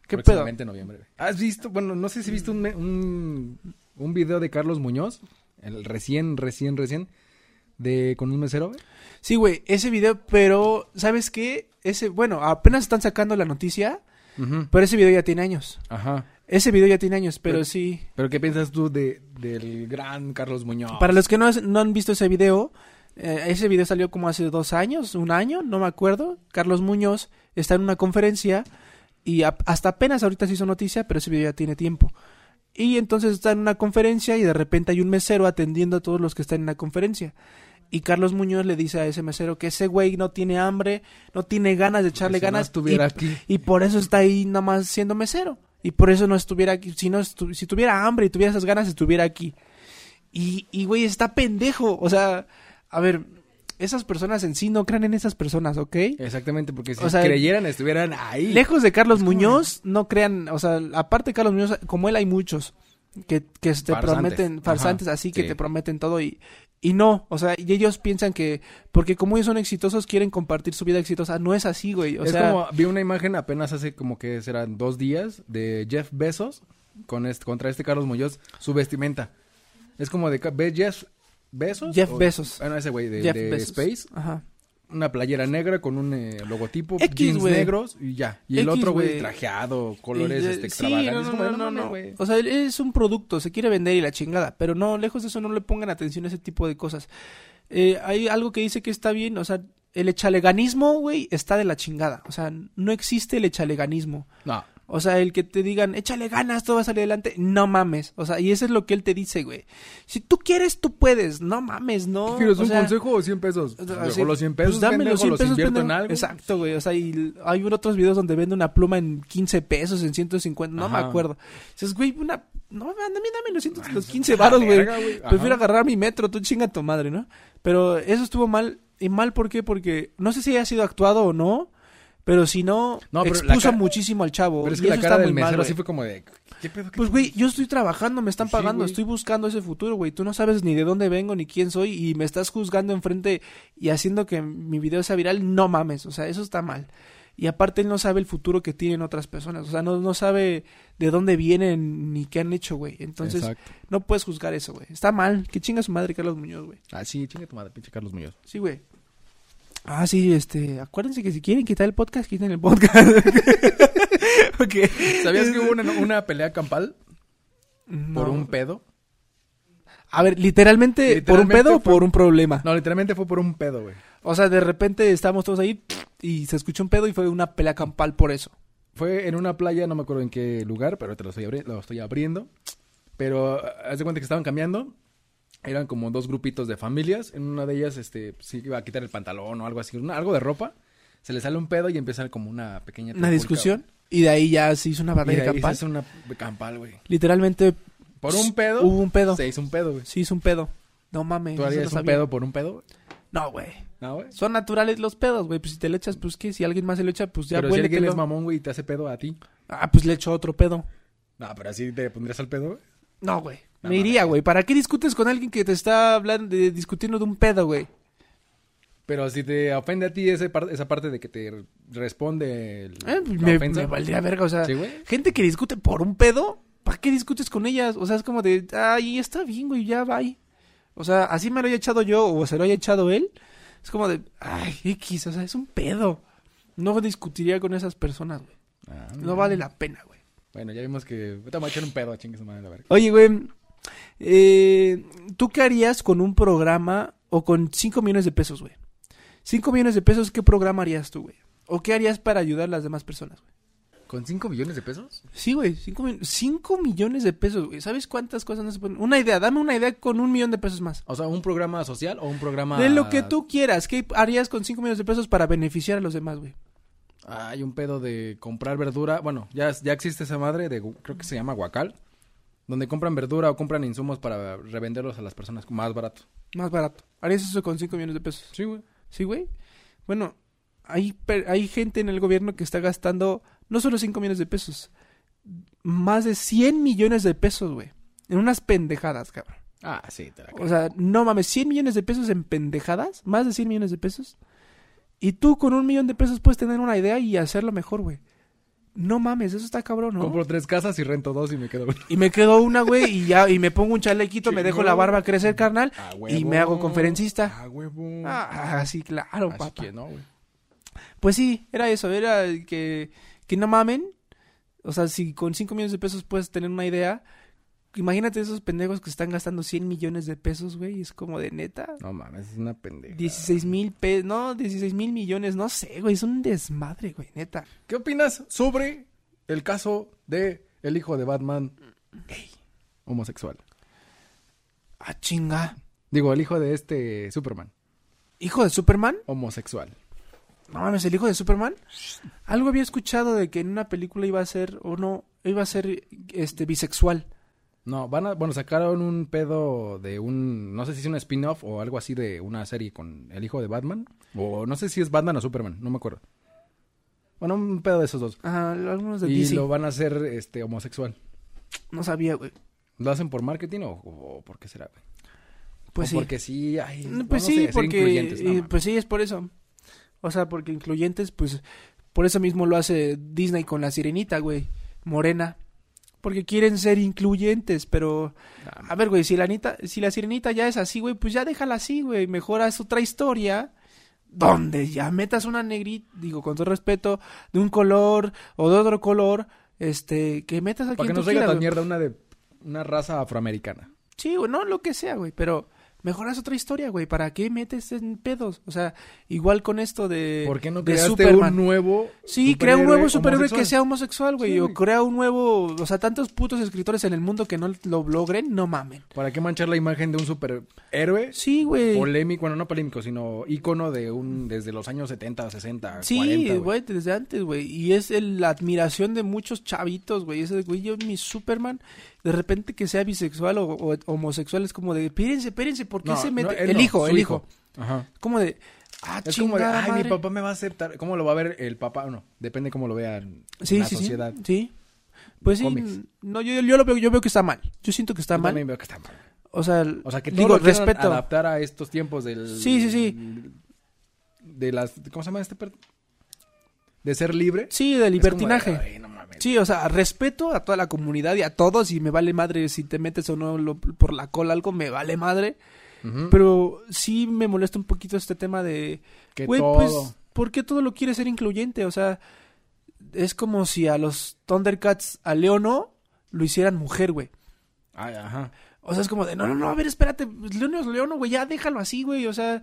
[SPEAKER 2] ¿Qué pedo?
[SPEAKER 1] próximamente en noviembre. güey. ¿Has visto? Bueno, no sé si viste un, me- un, un video de Carlos Muñoz, el recién, recién, recién, de con un mesero. güey.
[SPEAKER 2] Sí, güey, ese video, pero. ¿Sabes qué? Ese. Bueno, apenas están sacando la noticia, pero ese video ya tiene años.
[SPEAKER 1] Ajá.
[SPEAKER 2] Ese video ya tiene años, pero
[SPEAKER 1] Pero-
[SPEAKER 2] sí.
[SPEAKER 1] Pero ¿qué piensas tú de, del gran Carlos Muñoz?
[SPEAKER 2] Para los que no, es- no han visto ese video, eh, ese video salió como hace dos años, un año, no me acuerdo. Carlos Muñoz está en una conferencia y ap- hasta apenas ahorita se hizo noticia, pero ese video ya tiene tiempo. Y entonces está en una conferencia y de repente hay un mesero atendiendo a todos los que están en la conferencia. Y Carlos Muñoz le dice a ese mesero que ese güey no tiene hambre, no tiene ganas de echarle
[SPEAKER 1] Si no
[SPEAKER 2] ganas.
[SPEAKER 1] estuviera
[SPEAKER 2] y-
[SPEAKER 1] aquí.
[SPEAKER 2] y por eso está ahí nada más siendo mesero. Y por eso no estuviera aquí. Si, no estu- si tuviera hambre y tuviera esas ganas, estuviera aquí. Y, y, güey, está pendejo. O sea, a ver, esas personas en sí no crean en esas personas, ¿ok?
[SPEAKER 1] Exactamente, porque si
[SPEAKER 2] O sea,
[SPEAKER 1] creyeran estuvieran ahí.
[SPEAKER 2] Lejos de Carlos Muñoz, no crean, o sea, aparte de Carlos Muñoz, como él hay muchos que, que te
[SPEAKER 1] Farsantes.
[SPEAKER 2] prometen, farsantes
[SPEAKER 1] Ajá,
[SPEAKER 2] así, que
[SPEAKER 1] sí.
[SPEAKER 2] te prometen todo y, y no, o sea, y ellos piensan que, porque como ellos son exitosos, quieren compartir su vida exitosa, no es así, güey, o
[SPEAKER 1] es
[SPEAKER 2] sea,
[SPEAKER 1] como, vi una imagen apenas hace como que serán dos días de Jeff Bezos con este, contra este Carlos Muñoz, su vestimenta. Es como de, ca- ¿ves Jeff Bezos?
[SPEAKER 2] Jeff
[SPEAKER 1] O-
[SPEAKER 2] Bezos.
[SPEAKER 1] Bueno, ese güey de,
[SPEAKER 2] Jeff
[SPEAKER 1] de
[SPEAKER 2] Bezos.
[SPEAKER 1] Space.
[SPEAKER 2] Ajá.
[SPEAKER 1] una playera negra con un eh, logotipo,
[SPEAKER 2] X,
[SPEAKER 1] jeans
[SPEAKER 2] güey.
[SPEAKER 1] negros y ya. Y el
[SPEAKER 2] X,
[SPEAKER 1] otro,
[SPEAKER 2] güey.
[SPEAKER 1] güey, trajeado, colores
[SPEAKER 2] Eh,
[SPEAKER 1] este,
[SPEAKER 2] sí,
[SPEAKER 1] extravagantes.
[SPEAKER 2] no,
[SPEAKER 1] Es
[SPEAKER 2] no,
[SPEAKER 1] como,
[SPEAKER 2] no,
[SPEAKER 1] no
[SPEAKER 2] no,
[SPEAKER 1] mames,
[SPEAKER 2] no.
[SPEAKER 1] güey.
[SPEAKER 2] O sea, él es un producto, se quiere vender y la chingada, pero no, lejos de eso no le pongan atención a ese tipo de cosas. Eh, hay algo que dice que está bien, o sea, el echaleganismo, güey, está de la chingada. O sea, no existe el echaleganismo.
[SPEAKER 1] No.
[SPEAKER 2] O sea, el que te digan, échale ganas, todo va a salir adelante, no mames. O sea, y eso es lo que él te dice, güey. Si tú quieres, tú puedes, no mames, no.
[SPEAKER 1] ¿Quieres
[SPEAKER 2] o
[SPEAKER 1] un
[SPEAKER 2] sea,
[SPEAKER 1] consejo o 100 pesos?
[SPEAKER 2] o sea,
[SPEAKER 1] Mejor
[SPEAKER 2] así,
[SPEAKER 1] los 100 pesos,
[SPEAKER 2] pues dame
[SPEAKER 1] pendejo,
[SPEAKER 2] los 100 pesos,
[SPEAKER 1] invierto en
[SPEAKER 2] pendejo.
[SPEAKER 1] algo.
[SPEAKER 2] Exacto, güey. O sea, y hay otros videos donde vende una pluma en 15 pesos, en 150, no me
[SPEAKER 1] Ajá.
[SPEAKER 2] acuerdo. Dices, güey, una... No, dame, dame los, 100, los 15
[SPEAKER 1] Ah, la
[SPEAKER 2] varos, güey.
[SPEAKER 1] verga, güey. Ajá.
[SPEAKER 2] Prefiero agarrar mi metro, tú chinga tu madre, ¿no? Pero eso estuvo mal. ¿Y mal por qué? Porque no sé si haya sido actuado o no, Pero si no,
[SPEAKER 1] No, pero la
[SPEAKER 2] expuso
[SPEAKER 1] ca-
[SPEAKER 2] muchísimo al chavo.
[SPEAKER 1] Pero es
[SPEAKER 2] y
[SPEAKER 1] que la
[SPEAKER 2] eso
[SPEAKER 1] cara
[SPEAKER 2] está
[SPEAKER 1] del
[SPEAKER 2] muy mal,
[SPEAKER 1] mesero
[SPEAKER 2] güey.
[SPEAKER 1] así fue como de... ¿Qué pedo?
[SPEAKER 2] Pues, güey, yo estoy trabajando, me están
[SPEAKER 1] Sí,
[SPEAKER 2] pagando,
[SPEAKER 1] güey.
[SPEAKER 2] estoy buscando ese futuro, güey. Tú no sabes ni de dónde vengo ni quién soy y me estás juzgando enfrente y haciendo que mi video sea viral. No mames, o sea, eso está mal. Y aparte, él no sabe el futuro que tienen otras personas. O sea, no, no sabe de dónde vienen ni qué han hecho, güey. Entonces,
[SPEAKER 1] Exacto.
[SPEAKER 2] no puedes juzgar eso, güey. Está mal. Que chinga su madre, Carlos Muñoz, güey.
[SPEAKER 1] Ah, sí, chinga tu madre, pinche Carlos Muñoz.
[SPEAKER 2] Sí, güey. Ah, sí, este. Acuérdense que si quieren quitar el podcast, quiten el podcast. ok.
[SPEAKER 1] ¿Sabías que hubo una, una pelea campal por
[SPEAKER 2] No.
[SPEAKER 1] un pedo?
[SPEAKER 2] A ver, literalmente, por un
[SPEAKER 1] Literalmente
[SPEAKER 2] pedo o
[SPEAKER 1] fue-
[SPEAKER 2] por un problema.
[SPEAKER 1] No, literalmente fue por un pedo, güey.
[SPEAKER 2] O sea, de repente estábamos todos ahí y se escuchó un pedo y fue una pelea campal por eso.
[SPEAKER 1] Fue en una playa, no me acuerdo en qué lugar, pero te lo estoy, abri- lo estoy abriendo. Pero ah, haz de cuenta que estaban cambiando. Eran como dos grupitos de familias. En una de ellas, este, sí iba a quitar el pantalón o algo así, una- algo de ropa. Se le sale un pedo y empieza como una pequeña...
[SPEAKER 2] Una
[SPEAKER 1] trifulca,
[SPEAKER 2] discusión. Y de ahí ya se hizo una
[SPEAKER 1] güey. Y
[SPEAKER 2] batalla
[SPEAKER 1] de ahí se
[SPEAKER 2] campal.
[SPEAKER 1] hace una campal, güey.
[SPEAKER 2] Literalmente.
[SPEAKER 1] Por
[SPEAKER 2] s-
[SPEAKER 1] un pedo,
[SPEAKER 2] Hubo un pedo.
[SPEAKER 1] se
[SPEAKER 2] Sí,
[SPEAKER 1] hizo un pedo, güey.
[SPEAKER 2] hizo un pedo. No mames.
[SPEAKER 1] ¿Tú
[SPEAKER 2] eso
[SPEAKER 1] harías
[SPEAKER 2] no
[SPEAKER 1] un
[SPEAKER 2] sabía.
[SPEAKER 1] pedo por un pedo? güey?
[SPEAKER 2] No, güey.
[SPEAKER 1] No, güey.
[SPEAKER 2] Son naturales los pedos, güey. Pues si te le echas, pues qué. Si alguien más se lo echa, pues ya
[SPEAKER 1] Pero si alguien
[SPEAKER 2] huéletelo.
[SPEAKER 1] es mamón, güey, y te hace pedo a ti.
[SPEAKER 2] Ah, pues le echo otro pedo.
[SPEAKER 1] No, pero así te pondrías al pedo, güey.
[SPEAKER 2] No, güey.
[SPEAKER 1] No
[SPEAKER 2] Me
[SPEAKER 1] mames.
[SPEAKER 2] iría, güey. ¿Para qué discutes con alguien que te está hablando, de- discutiendo de un pedo, güey?
[SPEAKER 1] Pero si te ofende a ti ese par- esa parte de que te responde el,
[SPEAKER 2] Eh,
[SPEAKER 1] la
[SPEAKER 2] me,
[SPEAKER 1] ofensa.
[SPEAKER 2] me valdría verga, o sea,
[SPEAKER 1] Sí, güey.
[SPEAKER 2] gente que discute por un pedo, ¿para qué discutes con ellas? O sea, es como de, ay, está bien, güey, ya, bye. O sea, así me lo haya echado yo o se lo haya echado él, es como de, ay, X, o sea, es un pedo. No discutiría con esas personas, güey.
[SPEAKER 1] Ah,
[SPEAKER 2] No vale la pena, güey.
[SPEAKER 1] Bueno, ya vimos que. Vete a echar un pedo a chingue su madre, la verga.
[SPEAKER 2] Oye, güey, eh, ¿tú qué harías con un programa o con 5 millones de pesos, güey? 5 millones de pesos, ¿qué programa harías tú, güey? ¿O qué harías para ayudar a las demás personas, güey?
[SPEAKER 1] ¿Con 5 millones de pesos?
[SPEAKER 2] Sí, güey, 5 millones de pesos, güey. ¿Sabes cuántas cosas no se pueden? Una idea, dame una idea con un millón de pesos más.
[SPEAKER 1] O sea, ¿un programa social o un programa.
[SPEAKER 2] De lo que tú quieras, ¿qué harías con 5 millones de pesos para beneficiar a los demás, güey?
[SPEAKER 1] Hay un pedo de comprar verdura. Bueno, ya, ya existe esa madre de. Creo que se llama Huacal. Donde compran verdura o compran insumos para revenderlos a las personas más barato.
[SPEAKER 2] Más barato. ¿Harías eso con 5 millones de pesos?
[SPEAKER 1] Sí, güey.
[SPEAKER 2] ¿Sí, güey? Bueno, hay, per- hay gente en el gobierno que está gastando no solo 5 millones de pesos, más de 100 millones de pesos, güey. En unas pendejadas, cabrón.
[SPEAKER 1] Ah, sí, te la creo.
[SPEAKER 2] O sea, no mames, 100 millones de pesos en pendejadas, más de 100 millones de pesos. Y tú con un millón de pesos puedes tener una idea y hacerlo mejor, güey. No mames, eso está cabrón, ¿no?
[SPEAKER 1] Compro tres casas y rento dos y me quedo.
[SPEAKER 2] Y me quedo una, güey, y ya, y me pongo un chalequito, me dejo la
[SPEAKER 1] Chingón.
[SPEAKER 2] barba crecer, carnal,
[SPEAKER 1] A
[SPEAKER 2] y
[SPEAKER 1] huevo.
[SPEAKER 2] me hago conferencista.
[SPEAKER 1] Ah, huevo.
[SPEAKER 2] Ah, sí, claro,
[SPEAKER 1] Así
[SPEAKER 2] papá.
[SPEAKER 1] que no, güey.
[SPEAKER 2] Pues sí, era eso, era que, que no mamen. O sea, si con 5 millones de pesos puedes tener una idea, imagínate esos pendejos que se están gastando 100 millones de pesos, güey, es como de neta.
[SPEAKER 1] No mames, es una pendeja.
[SPEAKER 2] 16 mil pesos, no, 16 mil millones, no sé, güey, es un desmadre, güey, neta.
[SPEAKER 1] ¿Qué opinas sobre el caso de el hijo de Batman gay, homosexual?
[SPEAKER 2] Ah, chinga.
[SPEAKER 1] Digo, el hijo de este Superman,
[SPEAKER 2] ¿Hijo de Superman?
[SPEAKER 1] homosexual.
[SPEAKER 2] No mames, el hijo de Superman. Algo había escuchado de que en una película iba a ser, o no, iba a ser este bisexual.
[SPEAKER 1] No, van a, bueno, sacaron un pedo de un, no sé si es un spin-off o algo así de una serie con el hijo de Batman. O no sé si es Batman o Superman, no me acuerdo. Bueno, un pedo de esos dos.
[SPEAKER 2] Ajá, algunos de
[SPEAKER 1] Y
[SPEAKER 2] DC.
[SPEAKER 1] lo van a hacer este homosexual.
[SPEAKER 2] No sabía, güey.
[SPEAKER 1] ¿Lo hacen por marketing o, o por qué será? güey?
[SPEAKER 2] Pues
[SPEAKER 1] O
[SPEAKER 2] sí.
[SPEAKER 1] Porque sí, ay,
[SPEAKER 2] No,
[SPEAKER 1] no
[SPEAKER 2] Pues
[SPEAKER 1] sé,
[SPEAKER 2] sí,
[SPEAKER 1] ser
[SPEAKER 2] porque
[SPEAKER 1] incluyentes, no
[SPEAKER 2] eh,
[SPEAKER 1] mames.
[SPEAKER 2] pues sí es por eso. O sea, porque incluyentes, pues por eso mismo lo hace Disney con la Sirenita, güey, morena. Porque quieren ser incluyentes, pero
[SPEAKER 1] Ah,
[SPEAKER 2] a ver, güey, si la Anita, si la Sirenita ya es así, güey, pues ya déjala así, güey, mejor haz otra historia donde ya metas una negrita, digo con todo respeto, de un color o de otro color, este, que metas
[SPEAKER 1] Para
[SPEAKER 2] a
[SPEAKER 1] que
[SPEAKER 2] quien
[SPEAKER 1] no
[SPEAKER 2] tú
[SPEAKER 1] traiga
[SPEAKER 2] quieras,
[SPEAKER 1] tan
[SPEAKER 2] güey.
[SPEAKER 1] mierda una de una raza afroamericana.
[SPEAKER 2] Sí, güey, no lo que sea, güey, pero mejoras otra historia, güey. ¿Para qué metes en pedos? O sea, igual con esto de.
[SPEAKER 1] ¿Por qué no
[SPEAKER 2] Eh, de
[SPEAKER 1] creaste
[SPEAKER 2] Superman.
[SPEAKER 1] un nuevo
[SPEAKER 2] Sí, crea un nuevo superhéroe que
[SPEAKER 1] homosexual?
[SPEAKER 2] sea homosexual, güey.
[SPEAKER 1] Sí,
[SPEAKER 2] o
[SPEAKER 1] güey.
[SPEAKER 2] crea un nuevo. O sea, tantos putos escritores en el mundo que no lo logren, no mamen.
[SPEAKER 1] ¿Para qué manchar la imagen de un superhéroe
[SPEAKER 2] Sí, güey.
[SPEAKER 1] polémico? Bueno, no polémico, sino ícono de un... desde los años 70, 60,
[SPEAKER 2] Sí,
[SPEAKER 1] 40,
[SPEAKER 2] güey, desde antes, güey. Y es el- la admiración de muchos chavitos, güey. Ese, de, güey, yo, mi Superman, de repente que sea bisexual o, o homosexual, es como de, espérense, espérense, ¿por qué
[SPEAKER 1] No,
[SPEAKER 2] se
[SPEAKER 1] no,
[SPEAKER 2] mete?
[SPEAKER 1] él
[SPEAKER 2] el
[SPEAKER 1] no,
[SPEAKER 2] hijo,
[SPEAKER 1] su
[SPEAKER 2] el hijo.
[SPEAKER 1] Ajá.
[SPEAKER 2] Como de, ah,
[SPEAKER 1] Es como de,
[SPEAKER 2] chingada
[SPEAKER 1] ay, mi
[SPEAKER 2] madre".
[SPEAKER 1] papá me va a aceptar. ¿Cómo lo va a ver el papá? No, depende cómo lo vea
[SPEAKER 2] Sí,
[SPEAKER 1] la
[SPEAKER 2] sí, sí,
[SPEAKER 1] sociedad.
[SPEAKER 2] sí. Pues sí,
[SPEAKER 1] Cómics.
[SPEAKER 2] no, yo, yo lo veo, yo veo que está mal. Yo siento que está
[SPEAKER 1] Yo
[SPEAKER 2] mal.
[SPEAKER 1] también veo que está mal.
[SPEAKER 2] O sea,
[SPEAKER 1] O sea, que todo
[SPEAKER 2] digo,
[SPEAKER 1] lo quieran
[SPEAKER 2] respeto.
[SPEAKER 1] adaptar a estos tiempos del...
[SPEAKER 2] Sí, sí,
[SPEAKER 1] De las... ¿Cómo se llama este? per- De ser libre.
[SPEAKER 2] Sí, de
[SPEAKER 1] Es como de,
[SPEAKER 2] libertinaje.
[SPEAKER 1] "Ay, no mames".
[SPEAKER 2] Sí, o sea, respeto a toda la comunidad y a todos y me vale madre si te metes o no lo- por la cola algo, me vale madre.
[SPEAKER 1] Ujú.
[SPEAKER 2] Pero sí me molesta un poquito este tema de...
[SPEAKER 1] que
[SPEAKER 2] güey,
[SPEAKER 1] todo...
[SPEAKER 2] pues, ¿por qué todo lo quiere ser incluyente? O sea, es como si a los Thundercats, a Leo no, lo hicieran mujer, güey.
[SPEAKER 1] Ay, ajá.
[SPEAKER 2] O sea, es como de, no, no, no, a ver, espérate, León es Leono, güey, ya déjalo así, güey, o sea,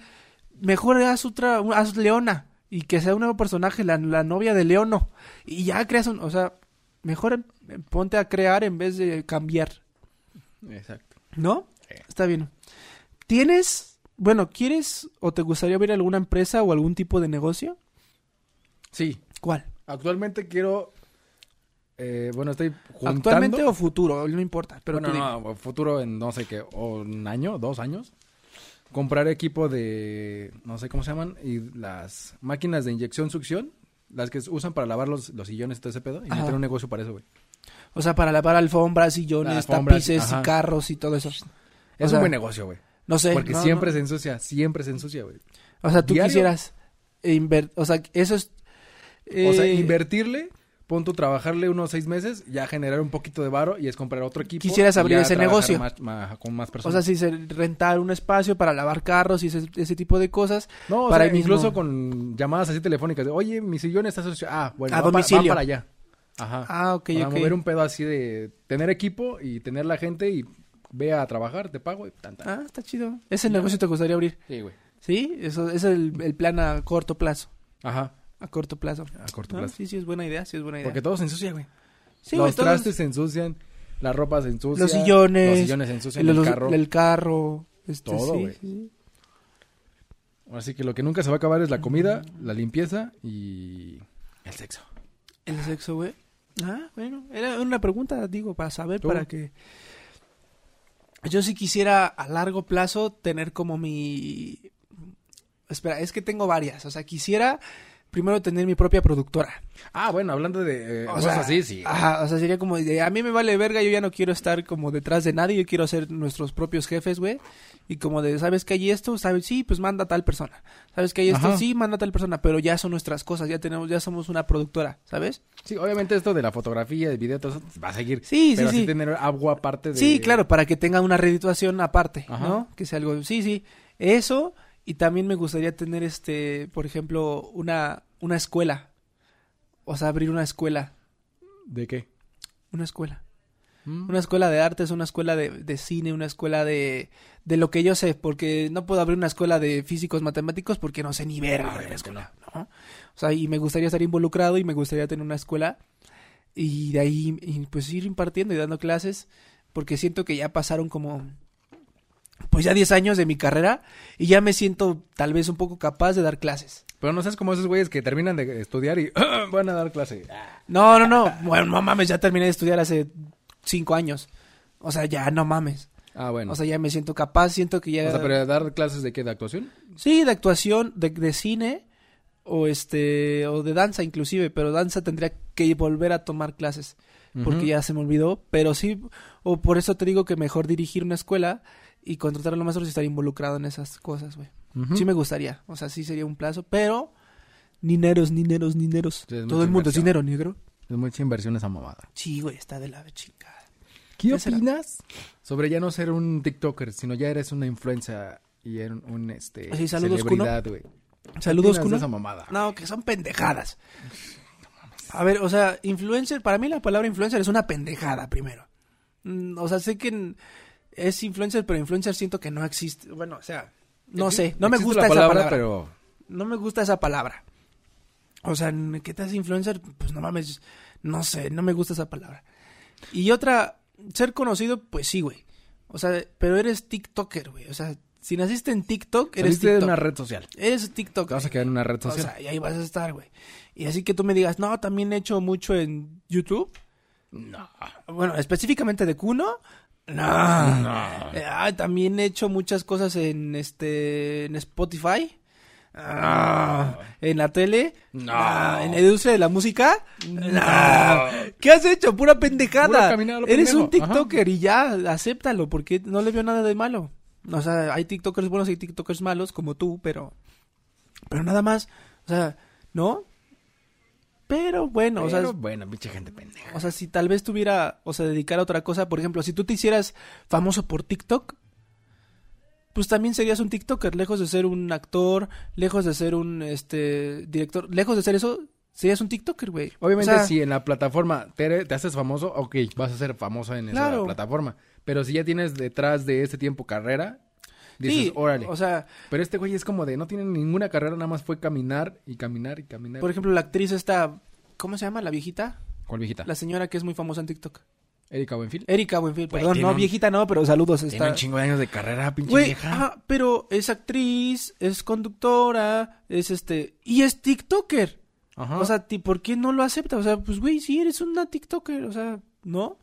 [SPEAKER 2] mejor haz otra, haz Leona y que sea un nuevo personaje, la, la novia de Leono, y ya creas un, o sea, mejor em- em- ponte a crear en vez de cambiar,
[SPEAKER 1] Exacto.
[SPEAKER 2] ¿no?
[SPEAKER 1] Sí.
[SPEAKER 2] Está bien. ¿Tienes, bueno, quieres o te gustaría ver alguna empresa o algún tipo de negocio?
[SPEAKER 1] Sí.
[SPEAKER 2] ¿Cuál?
[SPEAKER 1] Actualmente quiero... eh, bueno, estoy juntando...
[SPEAKER 2] ¿Actualmente o futuro? No importa, pero
[SPEAKER 1] Bueno,
[SPEAKER 2] tú dime.
[SPEAKER 1] no, futuro en no sé qué, o un año, dos años. Comprar equipo de, no sé cómo se llaman, y las máquinas de inyección succión, las que usan para lavar los, los sillones y todo ese pedo, y
[SPEAKER 2] Ajá.
[SPEAKER 1] meter un negocio para eso, güey.
[SPEAKER 2] O sea, para lavar alfombras, sillones,
[SPEAKER 1] Alfombras,
[SPEAKER 2] tapices
[SPEAKER 1] ajá.
[SPEAKER 2] y carros y todo eso.
[SPEAKER 1] Es
[SPEAKER 2] sea,
[SPEAKER 1] un buen negocio, güey.
[SPEAKER 2] No sé.
[SPEAKER 1] Porque
[SPEAKER 2] no, no.
[SPEAKER 1] siempre se ensucia, siempre se ensucia, güey.
[SPEAKER 2] O sea, tú
[SPEAKER 1] Diario.
[SPEAKER 2] quisieras invertir. O sea, eso es.
[SPEAKER 1] O sea,
[SPEAKER 2] eh,
[SPEAKER 1] invertirle, pon tu trabajarle unos seis meses, ya generar un poquito de varo y es comprar otro equipo.
[SPEAKER 2] Quisieras
[SPEAKER 1] y
[SPEAKER 2] abrir
[SPEAKER 1] ya
[SPEAKER 2] ese
[SPEAKER 1] trabajar
[SPEAKER 2] negocio.
[SPEAKER 1] más- más- con más
[SPEAKER 2] O
[SPEAKER 1] personas.
[SPEAKER 2] sea, si se rentar un espacio para lavar carros y ese, ese tipo de cosas.
[SPEAKER 1] no, o
[SPEAKER 2] para
[SPEAKER 1] sea,
[SPEAKER 2] ahí mismo.
[SPEAKER 1] incluso con llamadas así telefónicas de, oye, mi sillón está asociado. Ah, bueno,
[SPEAKER 2] A
[SPEAKER 1] va para- va
[SPEAKER 2] domicilio.
[SPEAKER 1] para allá. Ajá.
[SPEAKER 2] Ah, ok,
[SPEAKER 1] para
[SPEAKER 2] ok.
[SPEAKER 1] mover un pedo así de tener equipo y tener la gente y ve a trabajar, te pago y tan, tan.
[SPEAKER 2] Ah, está chido. Ese negocio te gustaría abrir.
[SPEAKER 1] Sí, güey.
[SPEAKER 2] ¿Sí? Eso es el, el plan a corto plazo.
[SPEAKER 1] Ajá,
[SPEAKER 2] A corto plazo.
[SPEAKER 1] a corto
[SPEAKER 2] Ah,
[SPEAKER 1] plazo.
[SPEAKER 2] Sí, sí, es buena idea. Sí, es buena idea.
[SPEAKER 1] Porque todo se ensucia, güey.
[SPEAKER 2] Sí, güey,
[SPEAKER 1] los
[SPEAKER 2] todos-
[SPEAKER 1] trastes se ensucian, la ropa se ensucia.
[SPEAKER 2] Los sillones,
[SPEAKER 1] Los sillones se ensucian,
[SPEAKER 2] los-
[SPEAKER 1] el carro.
[SPEAKER 2] El carro. este,
[SPEAKER 1] Todo,
[SPEAKER 2] sí,
[SPEAKER 1] güey.
[SPEAKER 2] sí.
[SPEAKER 1] Así que lo que nunca se va a acabar es la comida, la limpieza y el sexo.
[SPEAKER 2] El sexo, güey. Ah, bueno, era una pregunta, digo, para saber,
[SPEAKER 1] Tú.
[SPEAKER 2] para que... Yo sí quisiera a largo plazo tener como mi... Espera, es que tengo varias. O sea, quisiera primero tener mi propia productora.
[SPEAKER 1] Ah, bueno, hablando de eh,
[SPEAKER 2] O
[SPEAKER 1] cosas
[SPEAKER 2] sea,
[SPEAKER 1] así, sí.
[SPEAKER 2] Ajá, o sea, sería como... de, a mí me vale verga, yo ya no quiero estar como detrás de nadie, yo quiero ser nuestros propios jefes, güey. Y como de, ¿sabes que hay esto? ¿Sabes? Sí, pues manda a tal persona. ¿Sabes que hay esto?
[SPEAKER 1] Ajá.
[SPEAKER 2] Sí, manda a tal persona. Pero ya son nuestras cosas, ya tenemos, ya somos una productora, ¿sabes?
[SPEAKER 1] Sí, obviamente esto de la fotografía, el video, todo eso va a seguir.
[SPEAKER 2] Sí,
[SPEAKER 1] pero
[SPEAKER 2] sí,
[SPEAKER 1] así
[SPEAKER 2] sí.
[SPEAKER 1] tener agua aparte de...
[SPEAKER 2] Sí, claro, para que tenga una redituación aparte,
[SPEAKER 1] Ajá.
[SPEAKER 2] ¿no? Que sea algo, sí, sí, eso y también me gustaría tener este, por ejemplo, una una escuela. O sea, abrir una escuela,
[SPEAKER 1] ¿De qué?
[SPEAKER 2] una escuela.
[SPEAKER 1] Mm.
[SPEAKER 2] Una escuela de artes, una escuela de, de cine, una escuela de, de lo que yo sé, porque no puedo abrir una escuela de físicos matemáticos porque no sé ni verga de la
[SPEAKER 1] Obviamente
[SPEAKER 2] escuela, ¿no? O sea, y me gustaría estar involucrado y me gustaría tener una escuela y de ahí y, pues ir impartiendo y dando clases porque siento que ya pasaron como pues ya 10 años de mi carrera y ya me siento tal vez un poco capaz de dar clases.
[SPEAKER 1] Pero no seas como esos güeyes que terminan de estudiar y van a dar clase. Ah,
[SPEAKER 2] No, no, no. Bueno, no mames, ya terminé de estudiar hace 5 años. O sea, ya no mames.
[SPEAKER 1] Ah, bueno.
[SPEAKER 2] O sea, ya me siento capaz, siento que ya...
[SPEAKER 1] pero dar clases de qué, de actuación.
[SPEAKER 2] Sí, de actuación, de, de cine o este o de danza inclusive, pero danza tendría que volver a tomar clases porque
[SPEAKER 1] Ujú.
[SPEAKER 2] ya se me olvidó, pero sí o por eso te digo que mejor dirigir una escuela y contratar a los maestros y estar involucrado en esas cosas, güey.
[SPEAKER 1] Ujú.
[SPEAKER 2] Sí me gustaría, o sea, sí sería un plazo, pero nineros, nineros, nineros.
[SPEAKER 1] Sí, es
[SPEAKER 2] Todo
[SPEAKER 1] mucha
[SPEAKER 2] el mundo es
[SPEAKER 1] inversión.
[SPEAKER 2] dinero negro.
[SPEAKER 1] Es mucha inversión esa mamada.
[SPEAKER 2] Sí, güey, está de la chingada.
[SPEAKER 1] ¿Qué
[SPEAKER 2] ¿Qué será?
[SPEAKER 1] opinas sobre ya no ser un TikToker, sino ya eres una influencer y eres un, un, este,
[SPEAKER 2] Sí, saludos,
[SPEAKER 1] celebridad, güey?
[SPEAKER 2] Saludos,
[SPEAKER 1] ¿Qué opinas de esa
[SPEAKER 2] Kuno.
[SPEAKER 1] mamada?
[SPEAKER 2] No, que son pendejadas. A ver, o sea, influencer, para mí la palabra influencer es una pendejada primero. Mm, O sea, sé que n- es influencer, pero influencer siento que no existe. Bueno, o sea, no sé, no me
[SPEAKER 1] Existe
[SPEAKER 2] gusta
[SPEAKER 1] la
[SPEAKER 2] esa palabra.
[SPEAKER 1] pero
[SPEAKER 2] No me gusta esa palabra. O sea, n- ¿qué te hace influencer? Pues no mames, no sé, no me gusta esa palabra. Y otra, ser conocido, pues sí, güey. O sea, pero eres TikToker, güey. O sea, si naciste en TikTok, eres
[SPEAKER 1] saliste de una
[SPEAKER 2] TikTok.
[SPEAKER 1] red social.
[SPEAKER 2] Eres TikTok.
[SPEAKER 1] Te vas a quedar en una red social.
[SPEAKER 2] O sea, y ahí vas a estar, güey. Y así que tú me digas, no, también he hecho mucho en YouTube.
[SPEAKER 1] no.
[SPEAKER 2] Bueno, específicamente de Kuno. No.
[SPEAKER 1] No. Claro.
[SPEAKER 2] Eh, ah, también he hecho muchas cosas en este en Spotify. Ah, en la tele.
[SPEAKER 1] No.
[SPEAKER 2] Ah, en la industria de la música. No. ¿Qué has hecho? Pura
[SPEAKER 1] Pura
[SPEAKER 2] pendejada.
[SPEAKER 1] caminada, lo
[SPEAKER 2] Eres un
[SPEAKER 1] pendejo. Ajá.
[SPEAKER 2] TikToker y ya, acéptalo, porque no le veo nada de malo. O sea, hay TikTokers buenos y hay TikTokers malos, como tú, pero. Pero nada más. O sea, ¿no? Pero bueno, o sea,
[SPEAKER 1] Pero bueno, pinche gente pendeja.
[SPEAKER 2] o sea, si tal vez tuviera, o sea, dedicar a otra cosa, por ejemplo, si tú te hicieras famoso por TikTok, pues también serías un TikToker, lejos de ser un actor, lejos de ser un este director, lejos de ser eso, serías un TikToker, güey.
[SPEAKER 1] Obviamente,
[SPEAKER 2] O sea,
[SPEAKER 1] si en la plataforma te, te haces famoso, ok, vas a ser famoso en esa
[SPEAKER 2] Claro.
[SPEAKER 1] plataforma. Pero si ya tienes detrás de ese tiempo carrera, dices,
[SPEAKER 2] sí,
[SPEAKER 1] órale.
[SPEAKER 2] O sea,
[SPEAKER 1] pero este güey es como de, no tiene ninguna carrera, nada más fue caminar y caminar y caminar.
[SPEAKER 2] por ejemplo, la actriz esta, ¿cómo se llama? La viejita,
[SPEAKER 1] ¿Cuál viejita?
[SPEAKER 2] la señora que es muy famosa en TikTok.
[SPEAKER 1] Erika Buenfil.
[SPEAKER 2] Erika Buenfil,
[SPEAKER 1] Güey,
[SPEAKER 2] perdón,
[SPEAKER 1] tiene
[SPEAKER 2] no
[SPEAKER 1] un-
[SPEAKER 2] viejita no, pero saludos
[SPEAKER 1] Tiene
[SPEAKER 2] está.
[SPEAKER 1] un chingo de años de carrera, pinche
[SPEAKER 2] Güey,
[SPEAKER 1] vieja.
[SPEAKER 2] ajá, pero es actriz, es conductora, es este y es TikToker.
[SPEAKER 1] Ajá.
[SPEAKER 2] O sea, ti- ¿por qué no lo acepta? O sea, pues güey, sí eres una TikToker, o sea, ¿no?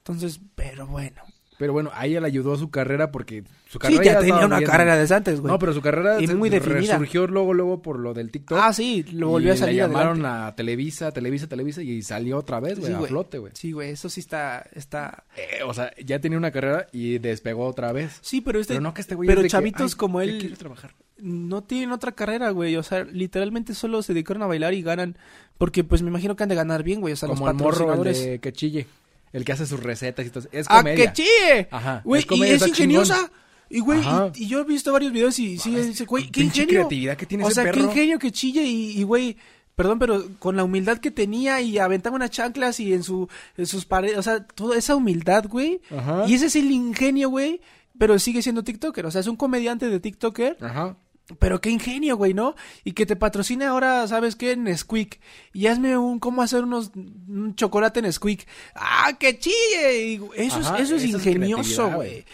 [SPEAKER 2] Entonces, pero bueno.
[SPEAKER 1] pero bueno, a ella le ayudó su carrera porque su
[SPEAKER 2] Sí,
[SPEAKER 1] Pues, carrera
[SPEAKER 2] ya
[SPEAKER 1] estaba
[SPEAKER 2] tenía una
[SPEAKER 1] bien-
[SPEAKER 2] carrera de antes, güey.
[SPEAKER 1] No, pero su carrera
[SPEAKER 2] Y
[SPEAKER 1] se-
[SPEAKER 2] muy definida.
[SPEAKER 1] resurgió luego, luego por lo del TikTok.
[SPEAKER 2] Ah, sí, lo volvió
[SPEAKER 1] y
[SPEAKER 2] a salir
[SPEAKER 1] Le llamaron
[SPEAKER 2] adelante.
[SPEAKER 1] a Televisa, Televisa, Televisa y salió otra vez, güey,
[SPEAKER 2] Sí,
[SPEAKER 1] a
[SPEAKER 2] güey.
[SPEAKER 1] flote, güey.
[SPEAKER 2] Sí, güey, eso sí está está
[SPEAKER 1] Eh, o sea, ya tenía una carrera y despegó otra vez.
[SPEAKER 2] Sí, pero este
[SPEAKER 1] pero no que este güey
[SPEAKER 2] pero
[SPEAKER 1] es de que,
[SPEAKER 2] chavitos
[SPEAKER 1] "Ay,
[SPEAKER 2] como
[SPEAKER 1] ya
[SPEAKER 2] él-
[SPEAKER 1] quiero trabajar.
[SPEAKER 2] no tienen otra carrera, güey, o sea, literalmente solo se dedicaron a bailar y ganan porque pues me imagino que han de ganar bien, güey, o sea,
[SPEAKER 1] como
[SPEAKER 2] los
[SPEAKER 1] el morro el
[SPEAKER 2] patrocinadores.
[SPEAKER 1] de que chille, el que hace sus recetas y todo. eso. Es
[SPEAKER 2] ¡Ah,
[SPEAKER 1] comedia.
[SPEAKER 2] que chille!
[SPEAKER 1] Ajá,
[SPEAKER 2] Güey,
[SPEAKER 1] es
[SPEAKER 2] y
[SPEAKER 1] comedia,
[SPEAKER 2] es
[SPEAKER 1] está
[SPEAKER 2] ingeniosa. Y güey,
[SPEAKER 1] Ajá.
[SPEAKER 2] y, y yo he visto varios videos y sí, dice, güey, qué
[SPEAKER 1] pinche
[SPEAKER 2] ingenio.
[SPEAKER 1] creatividad que tiene
[SPEAKER 2] O
[SPEAKER 1] ese
[SPEAKER 2] sea, qué
[SPEAKER 1] perro.
[SPEAKER 2] ingenio que chille y, y, güey, perdón, pero con la humildad que tenía y aventaba unas chanclas y en, su, en sus paredes, o sea, toda esa humildad, güey.
[SPEAKER 1] Ajá.
[SPEAKER 2] Y ese es el ingenio, güey, pero sigue siendo TikToker. O sea, es un comediante de TikToker,
[SPEAKER 1] Ajá.
[SPEAKER 2] pero qué ingenio, güey, ¿no? Y que te patrocine ahora, ¿sabes qué? Nesquik. Y hazme un cómo hacer unos un chocolate Nesquik. ¡Ah, qué chille! Y eso,
[SPEAKER 1] Ajá,
[SPEAKER 2] es, eso es
[SPEAKER 1] esa es
[SPEAKER 2] ingenioso,
[SPEAKER 1] creatividad,
[SPEAKER 2] güey.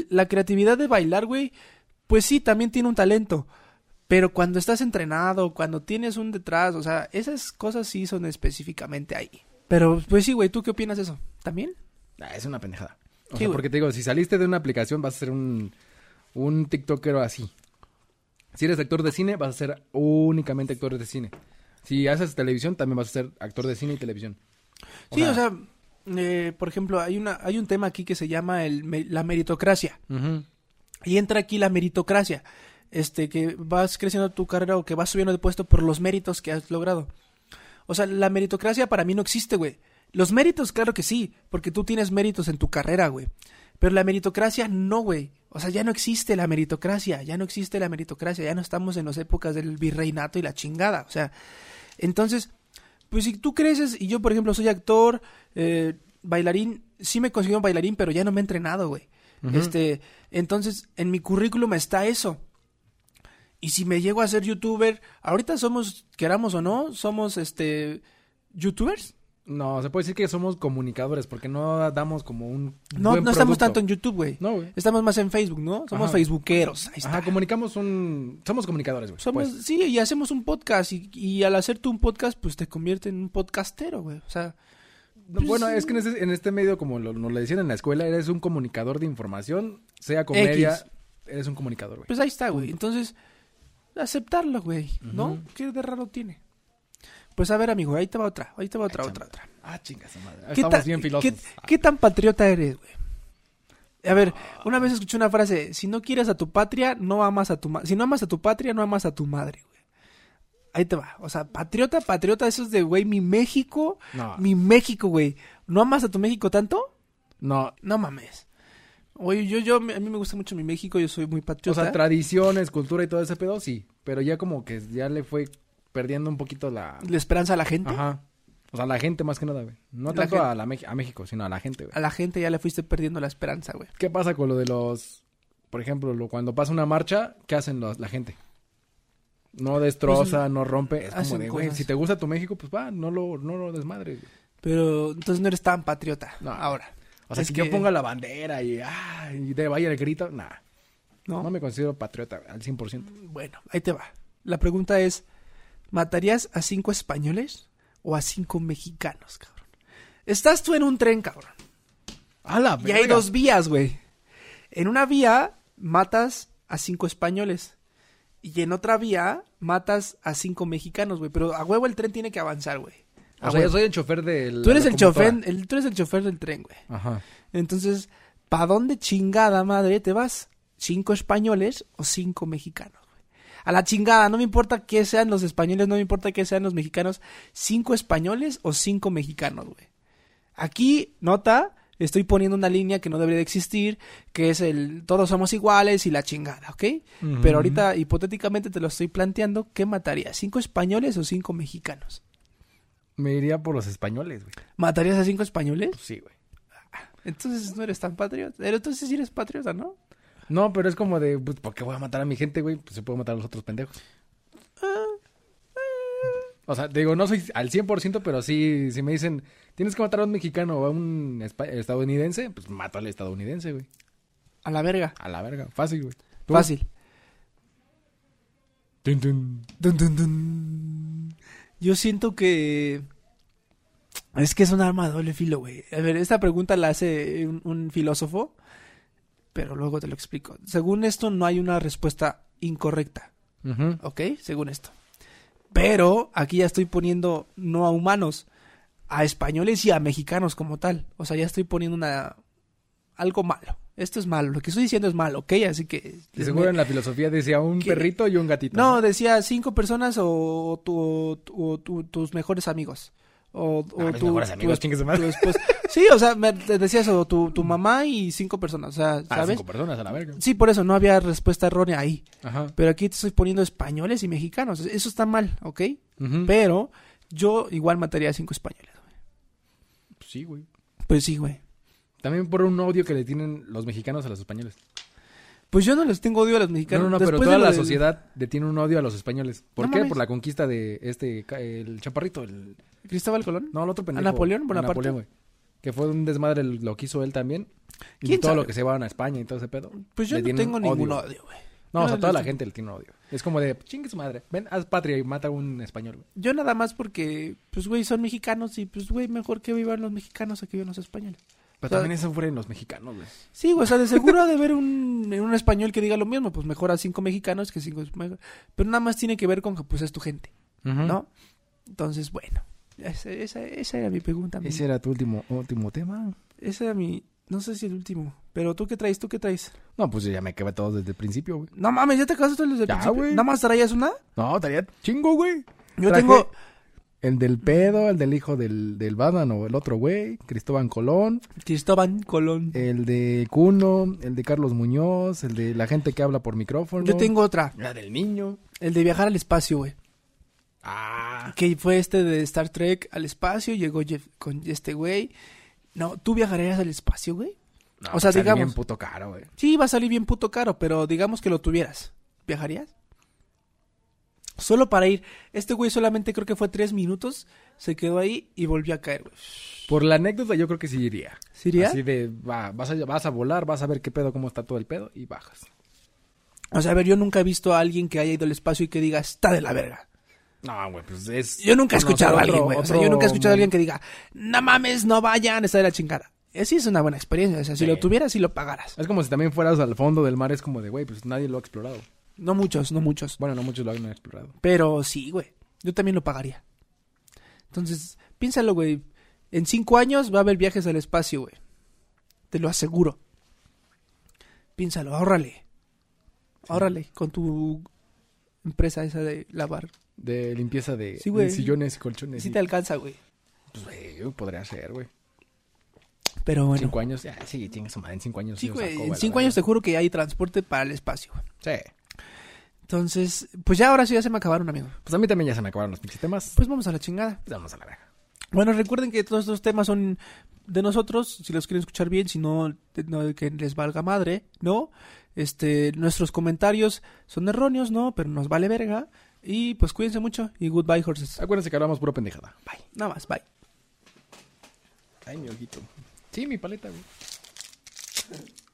[SPEAKER 2] Y la creatividad de bailar, güey, pues sí, también tiene un talento. Pero cuando estás entrenado, cuando tienes un detrás, o sea, esas cosas sí son específicamente ahí. Pero pues sí, güey, ¿tú qué opinas de eso? ¿También?
[SPEAKER 1] Ah, es una pendejada. O
[SPEAKER 2] Sí,
[SPEAKER 1] sea,
[SPEAKER 2] güey.
[SPEAKER 1] porque te digo, si saliste de una aplicación vas a ser un, un tiktokero así. Si eres actor de cine, vas a ser únicamente actor de cine. Si haces televisión, también vas a ser actor de cine y televisión. O
[SPEAKER 2] Sí,
[SPEAKER 1] sea-
[SPEAKER 2] o sea, eh, por ejemplo, hay, una, hay un tema aquí que se llama el, me- la meritocracia.
[SPEAKER 1] Ujú.
[SPEAKER 2] Y entra aquí la meritocracia. Este, que vas creciendo tu carrera o que vas subiendo de puesto por los méritos que has logrado. O sea, la meritocracia para mí no existe, güey. Los méritos, claro que sí, porque tú tienes méritos en tu carrera, güey. Pero la meritocracia no, güey. O sea, ya no existe la meritocracia, ya no existe la meritocracia, ya no estamos en las épocas del virreinato y la chingada. O sea, entonces, pues si tú creces y yo, por ejemplo, soy actor, eh, bailarín, sí me considero un bailarín, pero ya no me he entrenado, güey. Este, entonces, en mi currículum está eso. Y si me llego a ser youtuber, ahorita somos, queramos o no, somos este youtubers.
[SPEAKER 1] No, se puede decir que somos comunicadores porque no damos como un
[SPEAKER 2] No,
[SPEAKER 1] buen
[SPEAKER 2] no estamos
[SPEAKER 1] producto.
[SPEAKER 2] tanto en YouTube, güey.
[SPEAKER 1] No, güey.
[SPEAKER 2] Estamos más en Facebook, ¿no? Somos
[SPEAKER 1] Ajá.
[SPEAKER 2] facebookeros. Ahí está.
[SPEAKER 1] Ajá, comunicamos un... Somos comunicadores, güey.
[SPEAKER 2] Somos,
[SPEAKER 1] pues.
[SPEAKER 2] sí, y hacemos un podcast. Y, y al hacer tú un podcast, pues te convierte en un podcastero, güey. O sea,
[SPEAKER 1] No,
[SPEAKER 2] pues,
[SPEAKER 1] bueno, es que en este, en este medio, como lo- nos le decían en la escuela, eres un comunicador de información, sea comedia,
[SPEAKER 2] X.
[SPEAKER 1] eres un comunicador, güey.
[SPEAKER 2] pues ahí está, güey. Entonces, aceptarlo, güey. ¿No? ¿Qué de raro tiene? Pues a ver, amigo, ahí te va otra. Ahí te va otra, otra, otra.
[SPEAKER 1] Ah, chingas, madre.
[SPEAKER 2] ¿Qué
[SPEAKER 1] Estamos
[SPEAKER 2] tan-
[SPEAKER 1] bien
[SPEAKER 2] ¿qué,
[SPEAKER 1] filósofos.
[SPEAKER 2] qué tan patriota eres, güey? A ver, una vez escuché una frase, si no quieres a tu patria, no amas a tu ma- si no amas a tu patria, no amas a tu madre, güey. Ahí te va. O sea, patriota, patriota, eso es de güey, mi México,
[SPEAKER 1] No.
[SPEAKER 2] mi México, güey. ¿No amas a tu México tanto?
[SPEAKER 1] No,
[SPEAKER 2] No mames. Oye, yo yo a mí me gusta mucho mi México, yo soy muy
[SPEAKER 1] o
[SPEAKER 2] patriota.
[SPEAKER 1] sea, tradiciones, cultura y todo ese pedo, sí. Pero ya como que ya le fue perdiendo un poquito la...
[SPEAKER 2] la esperanza a la gente.
[SPEAKER 1] Ajá. O sea, la gente más que nada, güey. No
[SPEAKER 2] La
[SPEAKER 1] tanto
[SPEAKER 2] gente.
[SPEAKER 1] a, la Mex- a México, sino a la gente, güey.
[SPEAKER 2] A la gente ya le fuiste perdiendo la esperanza, güey.
[SPEAKER 1] ¿Qué pasa con lo de los... Por ejemplo, lo- cuando pasa una marcha, ¿qué hacen los- la gente? No destroza,
[SPEAKER 2] Pues,
[SPEAKER 1] no rompe. Es como
[SPEAKER 2] hacen
[SPEAKER 1] de, güey,
[SPEAKER 2] cosas.
[SPEAKER 1] si te gusta tu México, pues va, no lo, no lo desmadres. güey.
[SPEAKER 2] Pero entonces no eres tan patriota
[SPEAKER 1] No.
[SPEAKER 2] ahora.
[SPEAKER 1] O sea,
[SPEAKER 2] Es
[SPEAKER 1] si yo ponga la bandera y, ah, y de vaya el grito, nah.
[SPEAKER 2] ¿no?
[SPEAKER 1] No me considero patriota güey, al 100%.
[SPEAKER 2] Bueno, ahí te va. La pregunta es, ¿matarías a cinco españoles o a cinco mexicanos, cabrón? Estás tú en un tren, cabrón.
[SPEAKER 1] A la
[SPEAKER 2] Y hay dos vías, güey. En una vía matas a cinco españoles. Y en otra vía matas a cinco mexicanos, güey. Pero a huevo el tren tiene que avanzar, güey. A
[SPEAKER 1] O sea, yo
[SPEAKER 2] huevo.
[SPEAKER 1] soy el chofer del.
[SPEAKER 2] Ah, Tú eres el chofer, el, tú eres el chofer del tren, güey.
[SPEAKER 1] Ajá.
[SPEAKER 2] Entonces, ¿pa dónde chingada madre te vas? ¿Cinco españoles o cinco mexicanos? güey? A la chingada, no me importa que sean los españoles, no me importa que sean los mexicanos. ¿Cinco españoles o cinco mexicanos, güey? Aquí, nota, estoy poniendo una línea que no debería de existir, que es el todos somos iguales y la chingada, ¿ok? Pero ahorita, hipotéticamente, te lo estoy planteando, ¿qué mataría? ¿Cinco españoles o cinco mexicanos?
[SPEAKER 1] Me iría por los españoles, güey.
[SPEAKER 2] ¿Matarías a cinco españoles?
[SPEAKER 1] Pues sí, güey.
[SPEAKER 2] Entonces no eres tan patriota. Pero entonces sí eres patriota, ¿no?
[SPEAKER 1] No, pero es como de, pues, ¿por qué voy a matar a mi gente, güey? Pues se puede matar a los otros pendejos. O sea, te digo, no soy al 100%, pero sí, si me dicen, tienes que matar a un mexicano o a un espa- estadounidense, pues mato al estadounidense, güey.
[SPEAKER 2] A la verga.
[SPEAKER 1] A la verga, fácil, güey. ¿Tú?
[SPEAKER 2] Fácil.
[SPEAKER 1] Tun, tun.
[SPEAKER 2] Dun, dun, dun. Yo siento que. Es que es un arma de doble filo, güey. A ver, esta pregunta la hace un, un filósofo, pero luego te lo explico. Según esto, no hay una respuesta incorrecta,
[SPEAKER 1] Ujú.
[SPEAKER 2] ¿ok? Según esto. Pero aquí ya estoy poniendo no a humanos, a españoles y a mexicanos como tal. O sea, ya estoy poniendo una. algo malo. Esto es malo. Lo que estoy diciendo es malo, ¿ok? Así que.
[SPEAKER 1] De seguro en la filosofía decía un
[SPEAKER 2] ¿Qué?
[SPEAKER 1] perrito y un gatito. Ah,
[SPEAKER 2] No, decía cinco personas o, o tu- o tu- o tu- tus mejores amigos. O, o
[SPEAKER 1] Ah, mis
[SPEAKER 2] tu,
[SPEAKER 1] mejores
[SPEAKER 2] tu
[SPEAKER 1] amigos,
[SPEAKER 2] esp-
[SPEAKER 1] chingue su madre.
[SPEAKER 2] tu esposa. Sí, o sea, me te decía eso, tu, tu mamá y cinco personas, o sea,
[SPEAKER 1] A
[SPEAKER 2] ¿sabes?
[SPEAKER 1] Ah, cinco personas, a la verga.
[SPEAKER 2] Sí, por eso no había respuesta errónea ahí.
[SPEAKER 1] Ajá.
[SPEAKER 2] Pero aquí te estoy poniendo españoles y mexicanos. e-, Eso está mal, ¿ok?
[SPEAKER 1] Ujú.
[SPEAKER 2] Pero yo igual mataría a cinco españoles. güey.
[SPEAKER 1] Pues sí, güey.
[SPEAKER 2] Pues sí, güey.
[SPEAKER 1] También por un odio que le tienen los mexicanos a los españoles.
[SPEAKER 2] Pues yo no les tengo odio a los mexicanos.
[SPEAKER 1] no, no, no, pero
[SPEAKER 2] Después
[SPEAKER 1] toda
[SPEAKER 2] de lo
[SPEAKER 1] la
[SPEAKER 2] del-
[SPEAKER 1] sociedad le tiene un odio a los españoles. ¿Por
[SPEAKER 2] No
[SPEAKER 1] qué?
[SPEAKER 2] mames.
[SPEAKER 1] Por la conquista de este, ca- el chaparrito, el...
[SPEAKER 2] Cristóbal Colón.
[SPEAKER 1] No, el otro pendejo.
[SPEAKER 2] ¿A Napoleón Bonaparte?
[SPEAKER 1] Napoleón, güey. Que fue un desmadre el- lo que hizo él también. Y
[SPEAKER 2] ¿Quién
[SPEAKER 1] todo
[SPEAKER 2] sabe?
[SPEAKER 1] lo que se van a España y todo ese pedo.
[SPEAKER 2] Pues yo
[SPEAKER 1] le
[SPEAKER 2] no
[SPEAKER 1] tienen
[SPEAKER 2] tengo
[SPEAKER 1] odio.
[SPEAKER 2] ningún odio, güey.
[SPEAKER 1] No,
[SPEAKER 2] Yo
[SPEAKER 1] o sea,
[SPEAKER 2] no
[SPEAKER 1] toda
[SPEAKER 2] les
[SPEAKER 1] la
[SPEAKER 2] tengo-
[SPEAKER 1] gente le tiene odio. Es como de, chingue su madre, ven, haz patria y mata a un español, güey.
[SPEAKER 2] Yo nada más porque, pues, güey, son mexicanos y, pues, güey, mejor que vivan los mexicanos a que vivan los españoles.
[SPEAKER 1] Pero
[SPEAKER 2] O sea,
[SPEAKER 1] también eso fueron los mexicanos, güey.
[SPEAKER 2] Sí, güey, o sea, de seguro ha de haber un, un español que diga lo mismo, pues mejor a cinco mexicanos que cinco espa- Pero nada más tiene que ver con que, pues, es tu gente, ¿no? Entonces, bueno, esa, esa- esa era mi pregunta. mi-
[SPEAKER 1] Ese era tu último, último tema.
[SPEAKER 2] Ese era mi, no sé si el último, pero tú qué traes, tú qué traes.
[SPEAKER 1] No, pues yo ya me quedé todo desde el principio, güey.
[SPEAKER 2] No mames, ya te acabaste todo desde el
[SPEAKER 1] Ya,
[SPEAKER 2] principio.
[SPEAKER 1] güey.
[SPEAKER 2] Nada más traías una.
[SPEAKER 1] No, estaría chingo, güey.
[SPEAKER 2] Yo
[SPEAKER 1] Traje-
[SPEAKER 2] tengo,
[SPEAKER 1] El del pedo, el del hijo del, del Batman o el otro güey, Cristóbal Colón,
[SPEAKER 2] Cristóbal Colón.
[SPEAKER 1] el de Cuno, el de Carlos Muñoz, el de la gente que habla por micrófono.
[SPEAKER 2] Yo tengo otra,
[SPEAKER 1] La del niño.
[SPEAKER 2] el de viajar al espacio, güey.
[SPEAKER 1] Ah.
[SPEAKER 2] Que fue este de Star Trek al espacio, llegó Jeff- con este güey. No, ¿tú viajarías al espacio, güey?
[SPEAKER 1] No,
[SPEAKER 2] O sea,
[SPEAKER 1] pues sale
[SPEAKER 2] digamos-
[SPEAKER 1] bien puto caro, güey.
[SPEAKER 2] Sí, va a salir bien puto caro, pero digamos que lo tuvieras. ¿Viajarías? Solo para ir. Este güey solamente creo que fue tres minutos, se quedó ahí y volvió a caer, güey.
[SPEAKER 1] Por la anécdota, yo creo que sí iría.
[SPEAKER 2] ¿Sí irías?
[SPEAKER 1] Así de, va, vas, a, vas a volar, vas a ver qué pedo, cómo está todo el pedo y bajas.
[SPEAKER 2] O sea, a ver, yo nunca he visto a alguien que haya ido al espacio y que diga, está de la verga.
[SPEAKER 1] No, güey, pues es.
[SPEAKER 2] Yo nunca he
[SPEAKER 1] no sé,
[SPEAKER 2] escuchado a
[SPEAKER 1] otro-
[SPEAKER 2] alguien, güey. O sea,
[SPEAKER 1] otro
[SPEAKER 2] yo nunca he escuchado a
[SPEAKER 1] mundo.
[SPEAKER 2] alguien que diga, no mames, no vayan, está de la chingada. Eh, Sí, es una buena experiencia. O sea, si
[SPEAKER 1] Sí.
[SPEAKER 2] lo tuvieras y lo pagaras.
[SPEAKER 1] Es como si también fueras al fondo del mar, es como de, güey, pues nadie lo ha explorado.
[SPEAKER 2] No muchos, no muchos.
[SPEAKER 1] Bueno, no muchos lo han explorado.
[SPEAKER 2] Pero sí, güey. Yo también lo pagaría. Entonces, piénsalo, güey. En cinco años va a haber viajes al espacio, güey. Te lo aseguro. Piénsalo, ahórrale. Ahórrale con tu empresa esa de lavar.
[SPEAKER 1] De limpieza de,
[SPEAKER 2] Sí, güey.
[SPEAKER 1] de sillones, colchones.
[SPEAKER 2] Sí
[SPEAKER 1] y-
[SPEAKER 2] te alcanza, güey.
[SPEAKER 1] Pues, güey, podría ser, güey.
[SPEAKER 2] Pero bueno.
[SPEAKER 1] Cinco años. Ah, sí, chingue su madre, en cinco años.
[SPEAKER 2] Sí,
[SPEAKER 1] lo
[SPEAKER 2] güey.
[SPEAKER 1] sacó,
[SPEAKER 2] En
[SPEAKER 1] a la
[SPEAKER 2] cinco
[SPEAKER 1] verga.
[SPEAKER 2] años te juro que ya hay transporte para el espacio, güey.
[SPEAKER 1] Sí.
[SPEAKER 2] Entonces, pues ya ahora sí ya se me acabaron, amigo.
[SPEAKER 1] Pues a mí también ya se me acabaron los pinches temas.
[SPEAKER 2] Pues vamos a la chingada.
[SPEAKER 1] Pues vamos a la verga.
[SPEAKER 2] Bueno, recuerden que todos estos temas son de nosotros, si los quieren escuchar bien, si no, de- no, que les valga madre, ¿no? Este, nuestros comentarios son erróneos, ¿no? Pero nos vale verga. Y pues cuídense mucho y goodbye horses.
[SPEAKER 1] Acuérdense que hablamos pura pendejada.
[SPEAKER 2] Bye. Nada más, bye.
[SPEAKER 1] Ay, mi ojito. Sí, mi paleta, güey.